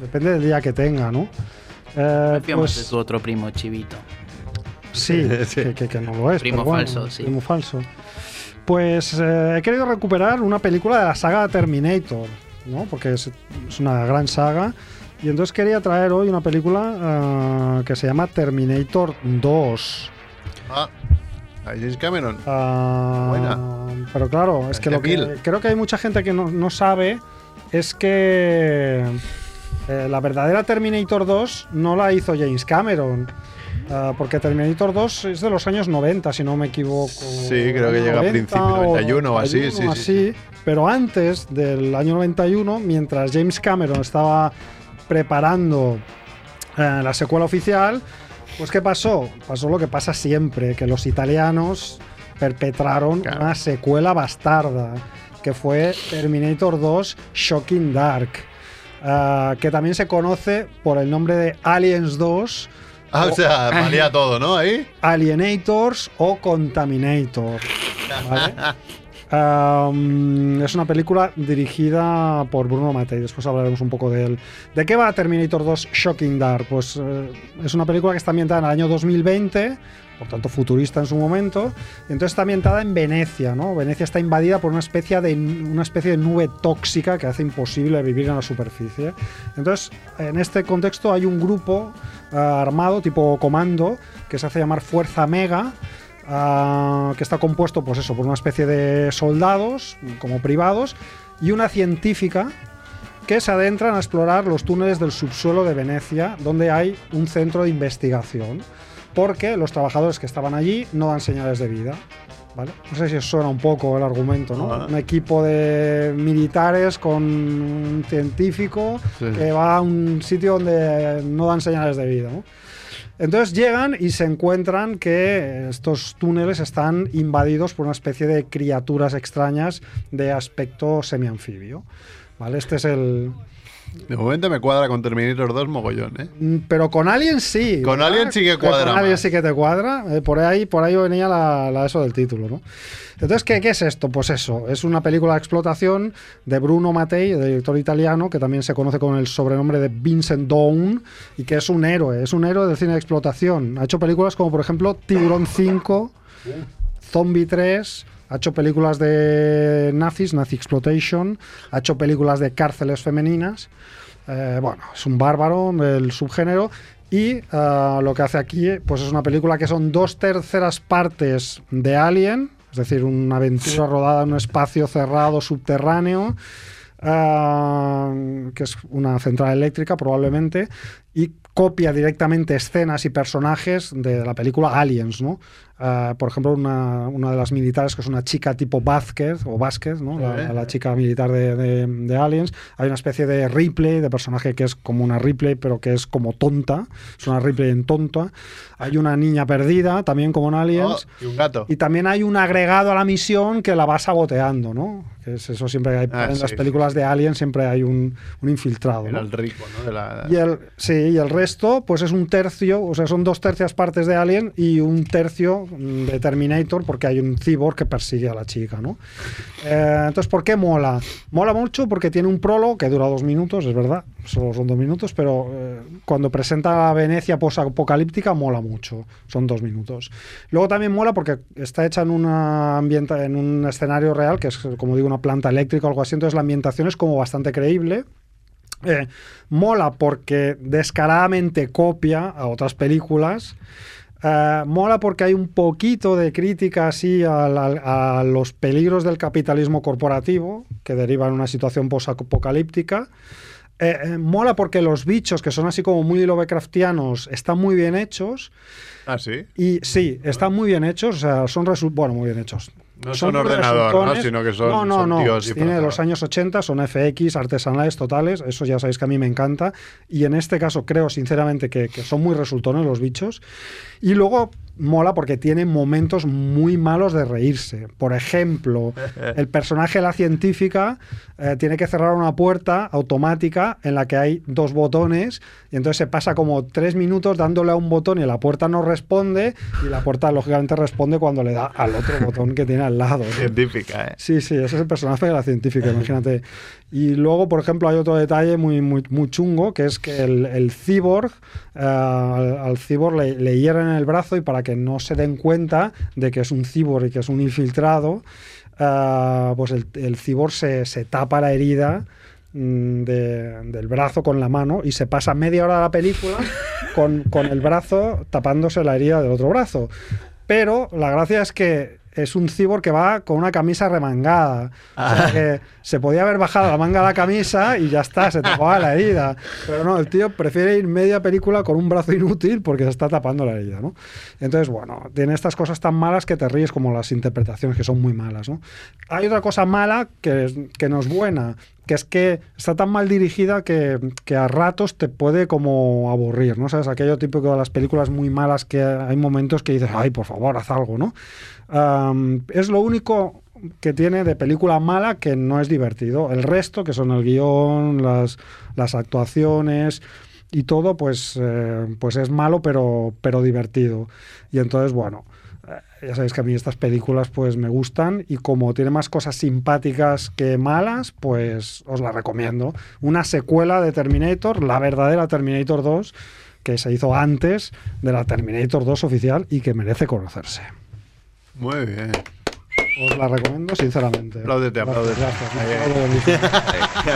Speaker 2: depende del día que tenga, ¿no? Eh,
Speaker 6: Confiamos en
Speaker 2: pues
Speaker 6: su otro primo chivito.
Speaker 2: sí,
Speaker 3: Sí.
Speaker 2: Que, que- que no lo es.
Speaker 6: Primo
Speaker 2: pero bueno,
Speaker 6: falso, sí.
Speaker 2: Primo falso. Pues eh, he querido recuperar una película de la saga Terminator, ¿no? Porque es, es una gran saga. Y entonces quería traer hoy una película eh, que se llama Terminator 2.
Speaker 3: Ah, a James Cameron.
Speaker 2: Ah,
Speaker 3: Buena.
Speaker 2: Pero claro, es que
Speaker 3: Este
Speaker 2: lo que
Speaker 3: Bill.
Speaker 2: creo que hay mucha gente que no, no sabe es que eh, la verdadera Terminator 2 no la hizo James Cameron. ah, porque Terminator 2 es de los años 90, si no me equivoco.
Speaker 3: Sí, creo que llega a
Speaker 2: 90
Speaker 3: principio, 91 o así, sí, sí, sí.
Speaker 2: así. Pero antes del año 91, mientras James Cameron estaba preparando eh, la secuela oficial, pues ¿qué pasó? Pasó lo que pasa siempre, que los italianos perpetraron
Speaker 3: Claro.
Speaker 2: una secuela bastarda, que fue Terminator 2 Shocking Dark, ah, que también se conoce por el nombre de Aliens 2,
Speaker 3: Ah, o sea, valía todo, ¿no? Ahí.
Speaker 2: Alienators o Contaminator. ¿vale? Um, es una película dirigida por Bruno Mattei, después hablaremos un poco de él. ¿De qué va Terminator 2 Shocking Dark? Pues eh, es una película que está ambientada en el año 2020, por tanto futurista en su momento, entonces está ambientada en Venecia, ¿no? Venecia está invadida por una especie de, una especie de nube tóxica que hace imposible vivir en la superficie. Entonces, en este contexto hay un grupo eh, armado tipo comando que se hace llamar Fuerza Mega, ah, que está compuesto, pues eso, por una especie de soldados como privados y una científica que se adentran a explorar los túneles del subsuelo de Venecia, donde hay un centro de investigación, porque los trabajadores que estaban allí no dan señales de vida. ¿Vale? No sé si os suena un poco el argumento, ¿no?
Speaker 3: Ah.
Speaker 2: Un equipo de militares con un científico
Speaker 3: Sí.
Speaker 2: que va a un sitio donde no dan señales de vida, ¿no? Entonces llegan y se encuentran que estos túneles están invadidos por una especie de criaturas extrañas de aspecto semianfibio. ¿Vale? Este es el.
Speaker 3: De momento me cuadra con Terminator 2 mogollón, ¿eh?
Speaker 2: Mm, Pero con Alien sí.
Speaker 3: Con
Speaker 2: ¿verdad?
Speaker 3: Alien sí que cuadra
Speaker 2: Con Alien
Speaker 3: más.
Speaker 2: sí que te cuadra. Eh, por, ahí, por ahí venía la, la eso del título, ¿no? Entonces, ¿qué, qué es esto? Pues eso, es una película de explotación de Bruno Mattei, el director italiano, que también se conoce con el sobrenombre de Vincent Dawn, y que es un héroe, es un héroe del cine de explotación. Ha hecho películas como, por ejemplo, Tiburón 5, Zombie 3, ha hecho películas de nazis, Nazi Exploitation, ha hecho películas de cárceles femeninas. Eh, bueno, es un bárbaro del subgénero. Y ah, lo que hace aquí, pues es una película que son dos terceras partes de Alien, es decir, una aventura rodada en un espacio cerrado subterráneo, ah, que es una central eléctrica probablemente, y copia directamente escenas y personajes de la película Aliens, ¿no? Ah, por ejemplo, una, una de las militares que es una chica tipo Vázquez o Vázquez, ¿no? La,
Speaker 3: Eh.
Speaker 2: la chica militar de, de- de Aliens. Hay una especie de Ripley, de personaje que es como una Ripley, pero que es como tonta. Es una Ripley en tonta. Hay una niña perdida, también como en
Speaker 3: Oh,
Speaker 2: Aliens.
Speaker 3: y un gato.
Speaker 2: Y también hay un agregado a la misión que la va saboteando, ¿no? Que es eso siempre hay,
Speaker 3: Ah,
Speaker 2: en
Speaker 3: sí,
Speaker 2: las
Speaker 3: sí,
Speaker 2: películas de Alien siempre hay un, un infiltrado.
Speaker 3: Era
Speaker 2: ¿no?
Speaker 3: el rico, ¿no? De la...
Speaker 2: Y el, sí, y el resto, pues es un tercio, o sea, son dos tercias partes de Alien y un tercio mm, de Terminator, porque hay un cyborg que persigue a la chica, ¿no? Eh, entonces, ¿por qué mola? Mola mucho porque tiene un prólogo que dura dos minutos, es verdad, solo son dos minutos, pero eh, cuando presenta a Venecia posapocalíptica mola mucho, son dos minutos. Luego también mola porque está hecha en, una ambienta- en un escenario real, que es, como digo, una planta eléctrica o algo así, entonces la ambientación es como bastante creíble. Eh, mola porque descaradamente copia a otras películas. Eh, mola porque hay un poquito de crítica así al- al- a, los peligros del capitalismo corporativo que derivan en una situación posapocalíptica. Eh, eh, mola porque los bichos, que son así como muy Lovecraftianos, están muy bien hechos.
Speaker 3: Ah, sí.
Speaker 2: Y sí, están muy bien hechos, o sea, son resu- bueno, muy bien hechos.
Speaker 3: No son ordenador,
Speaker 2: resultones.
Speaker 3: ¿no? Sino que son-
Speaker 2: No, no,
Speaker 3: son
Speaker 2: no.
Speaker 3: tíos
Speaker 2: Tiene de los
Speaker 3: disfrazados.
Speaker 2: años 80, son FX, artesanales totales, eso ya sabéis que a mí me encanta. Y en este caso creo sinceramente que, que son muy resultones los bichos. Y luego mola porque tiene momentos muy malos de reírse. Por ejemplo, el personaje de la científica eh, tiene que cerrar una puerta automática en la que hay dos botones y entonces se pasa como tres minutos dándole a un botón y la puerta no responde y la puerta lógicamente responde cuando le da al otro botón que tiene al lado. ¿no?
Speaker 3: Científica, ¿eh?
Speaker 2: Sí, sí, ese es el personaje de la científica, imagínate. Y luego, por ejemplo, hay otro detalle muy, muy, muy chungo, que es que el, el cyborg, eh, al, al cyborg le, le hieren el brazo y para que no se den cuenta de que es un cyborg y que es un infiltrado, eh, pues el, el cyborg se, se tapa la herida mm, de- del brazo con la mano y se pasa media hora de la película con, con el brazo tapándose la herida del otro brazo. Pero la gracia es que es un cibor que va con una camisa remangada. O sea que se podía haber bajado la manga de la camisa y ya está, se tapaba la herida. Pero no, el tío prefiere ir media película con un brazo inútil porque se está tapando la herida, ¿no? Entonces, bueno, tiene estas cosas tan malas que te ríes como las interpretaciones que son muy malas, ¿no? Hay otra cosa mala que, es- que no es buena, que es que está tan mal dirigida que, que a ratos te puede como aburrir, ¿no? ¿Sabes? Aquello típico de las películas muy malas que hay momentos que dices, ay, por favor, haz algo, ¿no? Am, es lo único que tiene de película mala que no es divertido. El resto, que son el guión, las, las actuaciones y todo, pues, eh, pues es malo pero, pero divertido. Y entonces, bueno, ya sabéis que a mí estas películas pues me gustan y como tiene más cosas simpáticas que malas, pues os la recomiendo. Una secuela de Terminator, la verdadera Terminator 2, que se hizo antes de la Terminator 2 oficial y que merece conocerse.
Speaker 3: Muy bien.
Speaker 2: Os la recomiendo sinceramente.
Speaker 3: Apláudete, apláudete.
Speaker 2: Gracias, gracias.
Speaker 3: Ahí,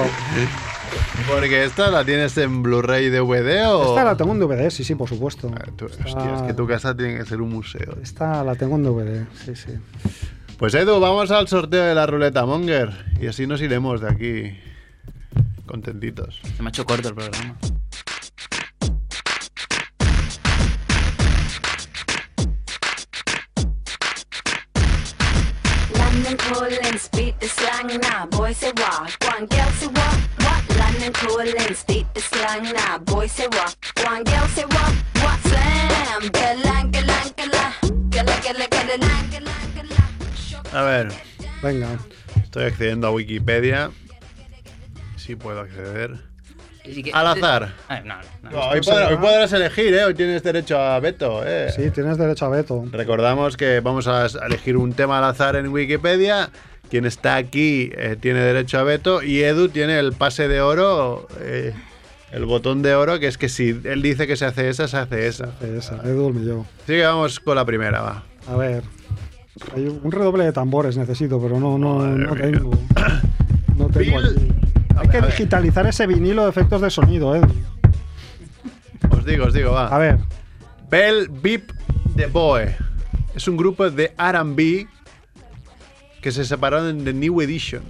Speaker 3: ahí. Porque esta la tienes en Blu-ray DVD o.
Speaker 2: Esta la tengo en DVD, sí, sí, por supuesto.
Speaker 3: Ah, Oh. tú-
Speaker 2: Esta-
Speaker 3: Hostia, es que tu casa tiene que ser un museo. eh.
Speaker 2: Esta la tengo en DVD, sí, sí.
Speaker 3: Pues Edu, vamos al sorteo de la ruleta Monger. Y así nos iremos de aquí. Contentitos.
Speaker 6: Se me ha hecho corto el programa.
Speaker 10: London calling, speak the slang now. Boy say what? One girl say what? What? London calling, speak the slang now. Boy say what? One girl say what? What slam? Galang, galang, galang. Galang, galang, galang, galang, galang.
Speaker 3: A ver,
Speaker 2: Venga,
Speaker 3: estoy accediendo a Wikipedia. Si puedo acceder. Al azar.
Speaker 6: Ay, Eh, no, no, no.
Speaker 3: No, hoy, podrás, hoy podrás elegir, ¿eh? Hoy tienes derecho a veto, ¿eh?
Speaker 2: sí, tienes derecho a veto.
Speaker 3: Recordamos que vamos a s- a elegir un tema al azar en Wikipedia. Quien está aquí eh, tiene derecho a veto y Edu tiene el pase de oro, eh, el botón de oro, que es que si él dice que se hace esa, se hace esa.
Speaker 2: Esa, Edu Hormillón.
Speaker 3: Así que vamos con la primera, va.
Speaker 2: A ver. Hay un redoble de tambores necesito, pero no, no,
Speaker 3: Madre
Speaker 2: no
Speaker 3: mía.
Speaker 2: tengo. No tengo
Speaker 3: Bill.
Speaker 2: aquí.
Speaker 3: A
Speaker 2: Hay
Speaker 3: ver,
Speaker 2: que
Speaker 3: a ver.
Speaker 2: digitalizar ese vinilo de efectos de sonido, eh.
Speaker 3: Os digo, os digo,
Speaker 2: A
Speaker 3: va.
Speaker 2: ver.
Speaker 3: Bell Beep The Boy. Es un grupo de RB que se separaron en The New Edition,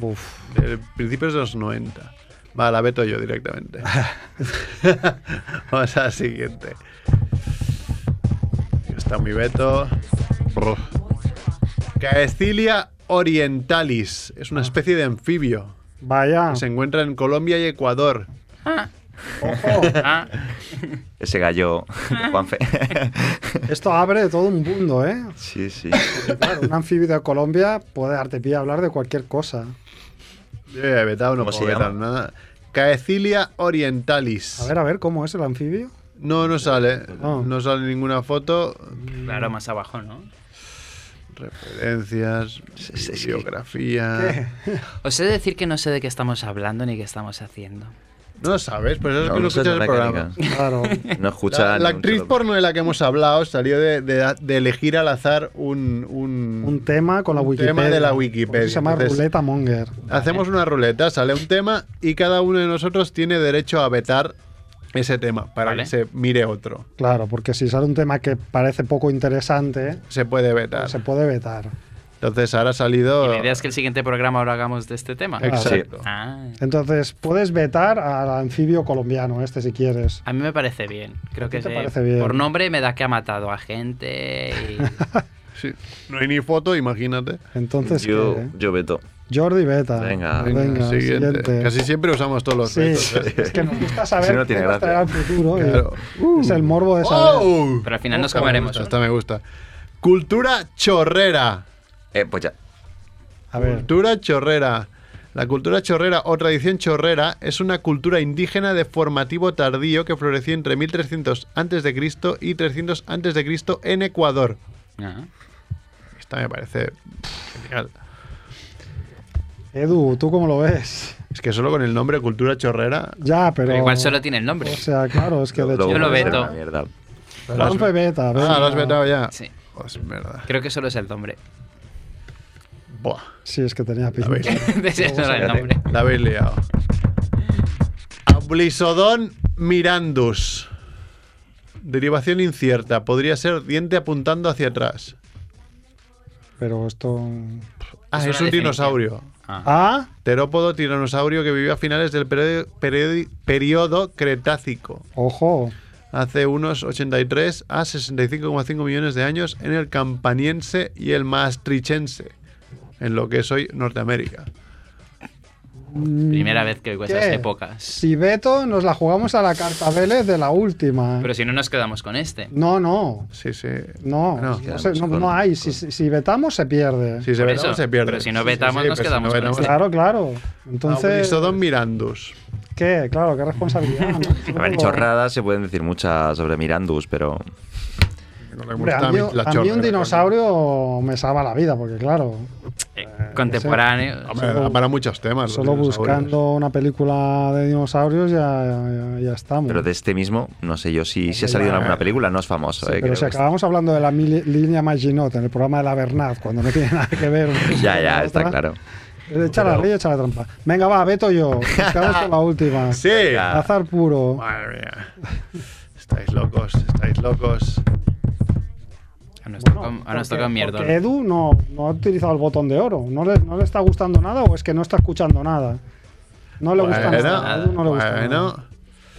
Speaker 2: Uf.
Speaker 3: de principios de los 90. Va, la veto yo directamente. Vamos a la siguiente. Aquí Está mi veto. Brr. Caecilia orientalis. Es una especie de anfibio.
Speaker 2: Vaya.
Speaker 3: que Se encuentra en Colombia y Ecuador.
Speaker 6: Ah,
Speaker 4: Ese gallo, Juanfe.
Speaker 2: Esto abre todo un mundo, ¿eh?
Speaker 4: sí, sí.
Speaker 2: Porque, Claro, un anfibio de Colombia puede darte pie a hablar de cualquier cosa.
Speaker 3: Yo ya he vetado, no
Speaker 4: ¿Cómo
Speaker 3: puedo
Speaker 4: se llama?
Speaker 3: vetar nada. Caecilia orientalis.
Speaker 2: A ver, a ver, ¿cómo es el anfibio?
Speaker 3: No, no sale.
Speaker 2: Ah.
Speaker 3: No sale ninguna foto.
Speaker 6: claro, más abajo, ¿no?
Speaker 3: Referencias,
Speaker 4: Sí, sí, sí.
Speaker 3: biografía.
Speaker 6: Os he de decir que no sé de qué estamos hablando ni qué estamos haciendo.
Speaker 3: No lo sabes, pues eso es
Speaker 4: No,
Speaker 3: que no
Speaker 4: no sé
Speaker 3: escuchas el programa.
Speaker 4: mecánica.
Speaker 2: Claro.
Speaker 4: No escucha
Speaker 3: la,
Speaker 4: ni
Speaker 3: la
Speaker 4: un
Speaker 3: actriz
Speaker 4: solo-
Speaker 3: porno de la que hemos hablado salió de, de- de elegir al azar un, un-
Speaker 2: Un tema con la
Speaker 3: Un
Speaker 2: Wikipedia.
Speaker 3: tema de la
Speaker 2: Por eso
Speaker 3: Wikipedia,
Speaker 2: Se llama
Speaker 3: entonces-
Speaker 2: Ruleta Monger.
Speaker 3: Hacemos una ruleta, sale un tema y cada uno de nosotros tiene derecho a vetar ese tema para
Speaker 6: Vale.
Speaker 3: que se mire otro.
Speaker 2: Claro, porque si sale un tema que parece poco interesante,
Speaker 3: Se puede vetar.
Speaker 2: se puede vetar.
Speaker 3: Entonces ahora ha salido.
Speaker 6: La idea es que el siguiente programa lo hagamos de este tema.
Speaker 3: Exacto.
Speaker 6: Ah,
Speaker 2: Entonces, puedes vetar al anfibio colombiano este si quieres.
Speaker 6: a mí me parece bien. Creo
Speaker 2: ¿A ti
Speaker 6: que
Speaker 2: te
Speaker 6: sí.
Speaker 2: parece bien?
Speaker 6: por nombre me da que ha matado a gente. y-
Speaker 3: Sí. No hay ni foto, imagínate.
Speaker 2: Entonces,
Speaker 4: Yo,
Speaker 2: ¿qué?
Speaker 4: yo veto.
Speaker 2: Jordi Veta.
Speaker 4: Venga.
Speaker 2: Venga, siguiente.
Speaker 3: Casi siempre usamos todos los
Speaker 2: Sí,
Speaker 3: vetos. ¿eh?
Speaker 2: es que nos gusta saber
Speaker 4: Si no tiene
Speaker 2: qué nos traerá el
Speaker 4: gracia.
Speaker 2: futuro. y
Speaker 3: Claro.
Speaker 2: Es el morbo de saber.
Speaker 3: ¡Oh!
Speaker 6: Pero al final nos
Speaker 3: Esta me
Speaker 6: comeremos.
Speaker 3: gusta, Esta me gusta. Cultura chorrera.
Speaker 4: Eh, pues ya.
Speaker 2: A ver,
Speaker 3: Cultura chorrera. La cultura chorrera o tradición chorrera es una cultura indígena de formativo tardío que floreció entre 1300 a.C. y 300 a.C. en Ecuador.
Speaker 6: Ah.
Speaker 3: Esta me parece pff, genial.
Speaker 2: Edu, ¿tú cómo lo ves?
Speaker 3: Es que solo con el nombre cultura chorrera.
Speaker 2: Ya, pero...
Speaker 6: Pero igual solo tiene el nombre.
Speaker 2: O sea, claro, es que de hecho...
Speaker 6: Yo lo
Speaker 4: voy a hacer
Speaker 6: veto.
Speaker 4: una mierda.
Speaker 2: Juanfe Beta, venga.
Speaker 3: Ah, lo has vetado ya.
Speaker 6: Sí.
Speaker 3: Pues mierda.
Speaker 6: Creo que solo es el nombre.
Speaker 3: Buah,
Speaker 2: Sí, es que tenía
Speaker 3: la
Speaker 2: pinta.
Speaker 3: habéis,
Speaker 6: De ese no era el nombre.
Speaker 3: la habéis liado. Ablisodon mirandus. Derivación incierta. Podría ser diente apuntando hacia atrás.
Speaker 2: Pero esto...
Speaker 3: Ah,
Speaker 6: Es
Speaker 3: es,
Speaker 6: una
Speaker 3: un
Speaker 6: definición.
Speaker 3: dinosaurio.
Speaker 2: Ah,
Speaker 3: Terópodo tiranosaurio que vivió a finales del perio- perio- periodo Cretácico,
Speaker 2: ojo.
Speaker 3: hace unos 83 a 65,5 millones de años en el campaniense y el maastrichense, en lo que es hoy Norteamérica.
Speaker 6: Primera vez que oigo esas
Speaker 2: ¿Qué?
Speaker 6: Pues épocas.
Speaker 2: Si veto, nos la jugamos a la carta Vélez de la última.
Speaker 6: Pero si no nos quedamos con este.
Speaker 2: No, no.
Speaker 3: Sí, sí.
Speaker 2: No,
Speaker 3: Ah, No.
Speaker 2: no, sé, no- no hay. Si, si- si vetamos, se pierde.
Speaker 3: Si se
Speaker 6: Por
Speaker 3: ve,
Speaker 6: eso,
Speaker 3: se pierde.
Speaker 6: pero si no
Speaker 3: Sí, sí,
Speaker 6: vetamos,
Speaker 3: sí,
Speaker 6: nos
Speaker 3: pero si
Speaker 6: quedamos con
Speaker 3: vetamos- ah,
Speaker 6: este.
Speaker 2: Claro, claro. Entonces,
Speaker 3: Aurisodon mirandus.
Speaker 2: ¿qué? Claro, qué responsabilidad. ¿no?
Speaker 4: A ver, chorradas se pueden decir muchas sobre Mirandus, pero.
Speaker 3: Como
Speaker 2: Hombre,
Speaker 3: está
Speaker 2: a mí,
Speaker 3: mi- la
Speaker 2: a mí
Speaker 3: chorra,
Speaker 2: un
Speaker 3: la
Speaker 2: dinosaurio me salva la vida, porque claro, Eh,
Speaker 6: Contemporáneo.
Speaker 3: chorra. Hombre,
Speaker 2: Solo-
Speaker 3: para muchos temas. los
Speaker 2: solo
Speaker 3: dinosaurios.
Speaker 2: buscando una película de dinosaurios ya, ya, ya estamos.
Speaker 4: Pero de este mismo, no sé yo si, si ha salido en alguna película, no es famoso.
Speaker 2: Sí,
Speaker 4: eh,
Speaker 2: pero
Speaker 4: creo
Speaker 2: si
Speaker 4: que
Speaker 2: acabamos hablando de la mili- línea Maginot en el programa de la Bernat, cuando no tiene nada que ver.
Speaker 4: es- Ya, ya, está claro.
Speaker 2: Echa la ley, echa la trampa. Venga, va, Beto yo. Nos Quedamos con la última.
Speaker 3: Sí. Ah.
Speaker 2: Azar puro.
Speaker 3: Madre mía. Estáis locos, estáis locos.
Speaker 6: Ahora nos toca- ahora nos toca mierda.
Speaker 2: Porque Edu no, no ha utilizado el botón de oro. ¿No le, ¿No le está gustando nada o es que no está escuchando nada? No le gusta
Speaker 3: Bueno,
Speaker 2: nada. a Edu no le gusta
Speaker 3: bueno.
Speaker 2: nada.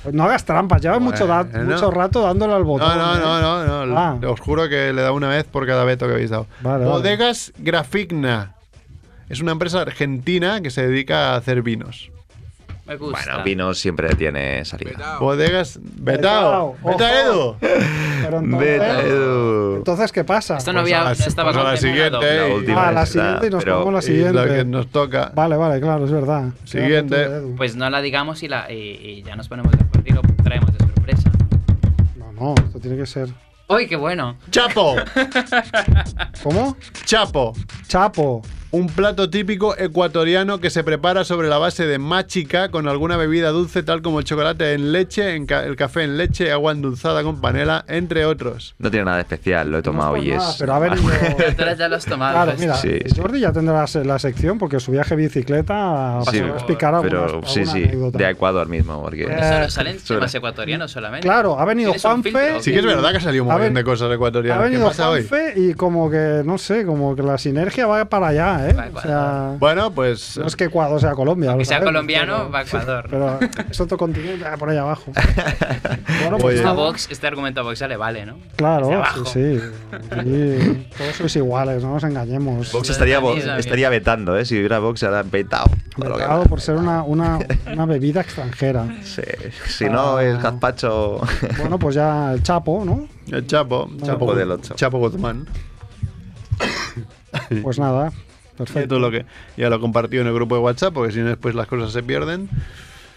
Speaker 2: Pues no hagas trampas, llevas mucho, da-
Speaker 3: Bueno.
Speaker 2: mucho rato dándole al botón.
Speaker 3: No, no, no, no, no.
Speaker 2: Ah.
Speaker 3: Os juro que le da una vez por cada veto que habéis dado.
Speaker 2: Vale, vale.
Speaker 3: Bodegas Graficna. Es una empresa argentina que se dedica a hacer vinos.
Speaker 6: Me gusta.
Speaker 4: Bueno, Pino siempre tiene salida.
Speaker 3: Bodegas. ¡Betao!
Speaker 2: Betao,
Speaker 3: ¡Betao, Edu!
Speaker 2: Pero entonces,
Speaker 4: Vete, Edu.
Speaker 2: entonces, ¿qué pasa?
Speaker 6: Esto no
Speaker 3: Pues a
Speaker 6: había,
Speaker 3: la-
Speaker 6: no estaba
Speaker 3: pues a la
Speaker 6: contemplado.
Speaker 3: siguiente.
Speaker 4: La
Speaker 3: Ey.
Speaker 4: última
Speaker 2: Ah, la
Speaker 4: es esta,
Speaker 2: siguiente y nos
Speaker 4: pero-
Speaker 2: ponemos la
Speaker 3: Y
Speaker 2: siguiente.
Speaker 3: la que nos toca.
Speaker 2: Vale, vale, claro, es verdad.
Speaker 3: Siguiente.
Speaker 2: Queda tú, Edu.
Speaker 6: Pues no la digamos y, la, y, y ya nos ponemos de acuerdo y lo traemos de sorpresa.
Speaker 2: No, no, esto tiene que ser.
Speaker 6: ¡Uy, qué bueno!
Speaker 3: ¡Chapo!
Speaker 2: ¿Cómo?
Speaker 3: ¡Chapo!
Speaker 2: Chapo.
Speaker 3: Un plato típico ecuatoriano que se prepara sobre la base de machica con alguna bebida dulce tal como el chocolate en leche, en ca- el café en leche, agua endulzada con panela, entre otros.
Speaker 4: No tiene nada de especial, lo he tomado
Speaker 2: por
Speaker 4: y
Speaker 2: nada,
Speaker 4: es.
Speaker 2: Pero ha venido.
Speaker 6: Ahora ya lo has tomado.
Speaker 2: Claro,
Speaker 6: pues.
Speaker 2: mira,
Speaker 4: Ah,
Speaker 2: eh,
Speaker 4: Sí,
Speaker 2: Jordi ya tendrá la, la sección porque su viaje bicicleta
Speaker 4: Sí,
Speaker 2: pasó a explicar algunas,
Speaker 4: pero sí,
Speaker 2: alguna
Speaker 4: sí,
Speaker 2: anécdota.
Speaker 4: de Ecuador mismo, porque
Speaker 6: Solo salen
Speaker 4: Sobre-
Speaker 6: temas ecuatorianos solamente.
Speaker 2: eh, Claro, ha venido
Speaker 6: Tienes un filtro,
Speaker 2: Juanfe.
Speaker 6: ¿o
Speaker 3: Sí que es verdad que ha salido un
Speaker 2: Ha
Speaker 3: montón
Speaker 2: ven-
Speaker 3: de cosas
Speaker 2: Ha
Speaker 3: ecuatorianas. ¿Qué
Speaker 2: venido
Speaker 3: pasa hoy?
Speaker 2: Juanfe y como que, no sé, como que la sinergia va para allá, ¿eh?
Speaker 6: Va,
Speaker 2: O sea,
Speaker 3: Bueno, pues
Speaker 2: no es que Ecuador sea Colombia.
Speaker 6: Que
Speaker 2: lo
Speaker 6: sea
Speaker 2: sabemos,
Speaker 6: colombiano,
Speaker 2: pero-
Speaker 6: va a Ecuador.
Speaker 2: Pero es otro continente, ah, por allá abajo. Bueno,
Speaker 3: Oye.
Speaker 6: Esto a
Speaker 2: nada.
Speaker 6: Vox- este argumento a Vox ya le vale, ¿no?
Speaker 2: Claro,
Speaker 6: Hacia abajo.
Speaker 2: sí, sí. Aquí todos sois iguales, no nos engañemos.
Speaker 4: Vox estaría, vo-
Speaker 6: Esa mierda.
Speaker 4: estaría vetando, ¿eh? Si hubiera Vox, ahora vetado. Todo lo que
Speaker 2: Vetado
Speaker 4: da.
Speaker 2: por ser una, una, una bebida extranjera.
Speaker 4: Sí. Si no,
Speaker 2: Ah.
Speaker 4: el gazpacho.
Speaker 2: Bueno, pues ya el Chapo, ¿no?
Speaker 3: el eh, Chapo, Chapo,
Speaker 4: Chapo
Speaker 3: Gu-
Speaker 4: del Ocho.
Speaker 3: Chapo Guzmán.
Speaker 2: Pues nada,
Speaker 3: Y esto
Speaker 2: perfecto.
Speaker 3: es lo que ya lo compartió en el grupo de WhatsApp, porque si no después las cosas se pierden.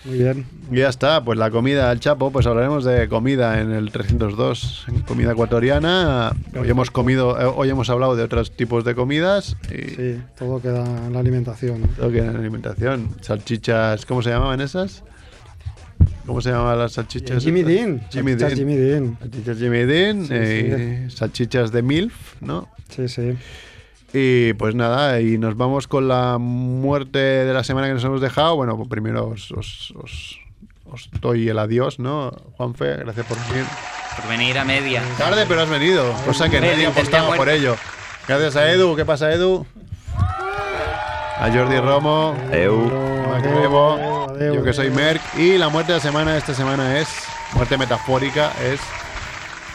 Speaker 2: Muy bien.
Speaker 3: Y ya está, pues la comida al Chapo, pues hablaremos de comida en el 302, en comida ecuatoriana. Hoy hemos comido, eh, hoy hemos hablado de otros tipos de comidas y
Speaker 2: Sí, todo queda en la alimentación.
Speaker 3: todo que en alimentación. Salchichas, ¿cómo se llamaban esas? ¿Cómo se llamaban las salchichas?
Speaker 2: Jimmy Dean.
Speaker 3: eh, Jimmy
Speaker 2: Salchichas
Speaker 3: Dean.
Speaker 2: Jimmy Dean.
Speaker 3: Salchichas Jimmy Dean,
Speaker 2: Sí,
Speaker 3: eh, salchichas de MILF, ¿no?
Speaker 2: Sí, sí.
Speaker 3: Y pues nada, y nos vamos con la muerte de la semana que nos hemos dejado. Bueno, pues primero os, os, os- os doy el adiós, ¿no? Juanfe, gracias por venir.
Speaker 6: Por venir a media.
Speaker 3: Tarde, pero has venido, cosa que
Speaker 6: Hombre,
Speaker 3: nadie
Speaker 6: tenía
Speaker 3: apostaba
Speaker 6: muerto.
Speaker 3: por ello. Gracias a Edu, ¿qué pasa Edu? A Jordi Romo,
Speaker 4: Eu.
Speaker 3: a
Speaker 2: Adeu,
Speaker 3: Grebo,
Speaker 2: adeu,
Speaker 3: yo que
Speaker 2: adeu.
Speaker 3: soy Merck. Y la muerte de la semana esta semana es, muerte metafórica, es...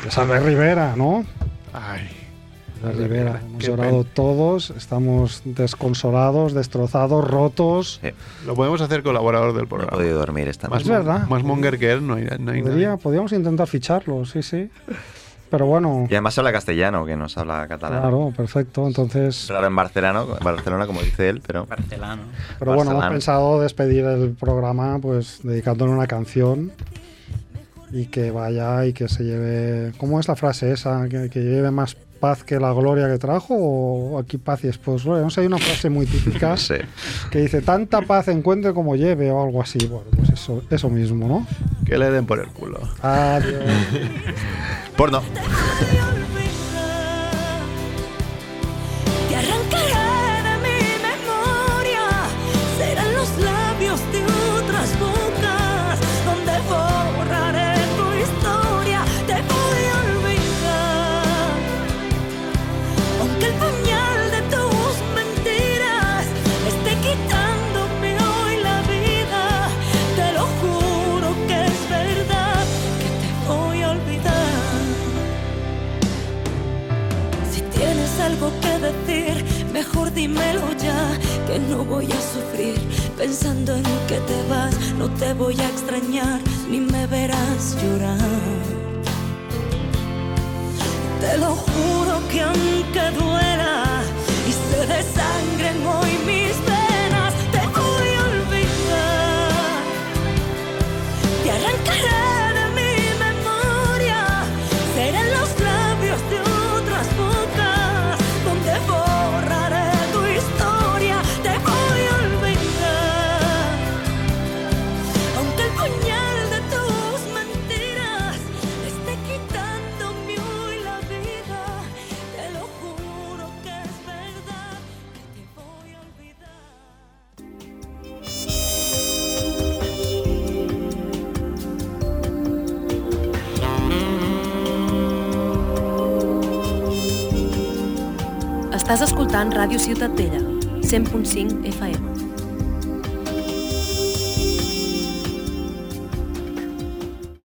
Speaker 2: Isabel Rivera, ¿no?
Speaker 3: Ay,
Speaker 2: La Rivera. Hemos
Speaker 3: Qué
Speaker 2: llorado todos, estamos desconsolados, destrozados, rotos.
Speaker 4: Sí,
Speaker 3: lo podemos hacer colaborador del
Speaker 4: no he
Speaker 3: programa.
Speaker 4: podido dormir esta
Speaker 3: Más,
Speaker 2: Es
Speaker 4: noche.
Speaker 3: mon-
Speaker 2: verdad.
Speaker 3: más monger que él no hay, no hay nadie.
Speaker 2: Podría, podríamos intentar ficharlo, sí, sí. Pero bueno,
Speaker 4: Y además habla castellano, que nos habla catalán.
Speaker 2: claro, perfecto. Entonces,
Speaker 4: Raro en Barcelona, Barcelona, como dice él, pero.
Speaker 6: Barcelano.
Speaker 2: pero bueno, hemos
Speaker 4: Barcelona.
Speaker 2: pensado despedir el programa pues dedicándole una canción y que vaya y que se lleve... ¿Cómo es la frase esa? ¿Que, que lleve más paz que la gloria que trajo o aquí paz y después gloria? No sé, hay una frase muy típica
Speaker 4: No sé.
Speaker 2: que dice tanta paz encuentre como lleve o algo así. Bueno, pues eso, eso mismo, ¿no?
Speaker 3: Que le den por el culo.
Speaker 2: Adiós.
Speaker 4: Porno.
Speaker 10: Te arrancaré de mi memoria, serán los labios de otras bocas, donde borraré tu historia, te voy a olvidar. Aunque el pañal de tus mentiras esté quitándome hoy la vida, te lo juro que es verdad, que te voy a olvidar. Si tienes algo que decir, mejor dímelo ya, que no voy a sufrir pensando en que te vas, no te voy a extrañar, ni me verás llorar. Te lo juro que aunque duela y se desangren hoy mis venas, te voy a olvidar. Te arrancaré de mi memoria, serán los labios de
Speaker 5: Estàs escoltant Ràdio Ciutat Vella, 100.5 FM.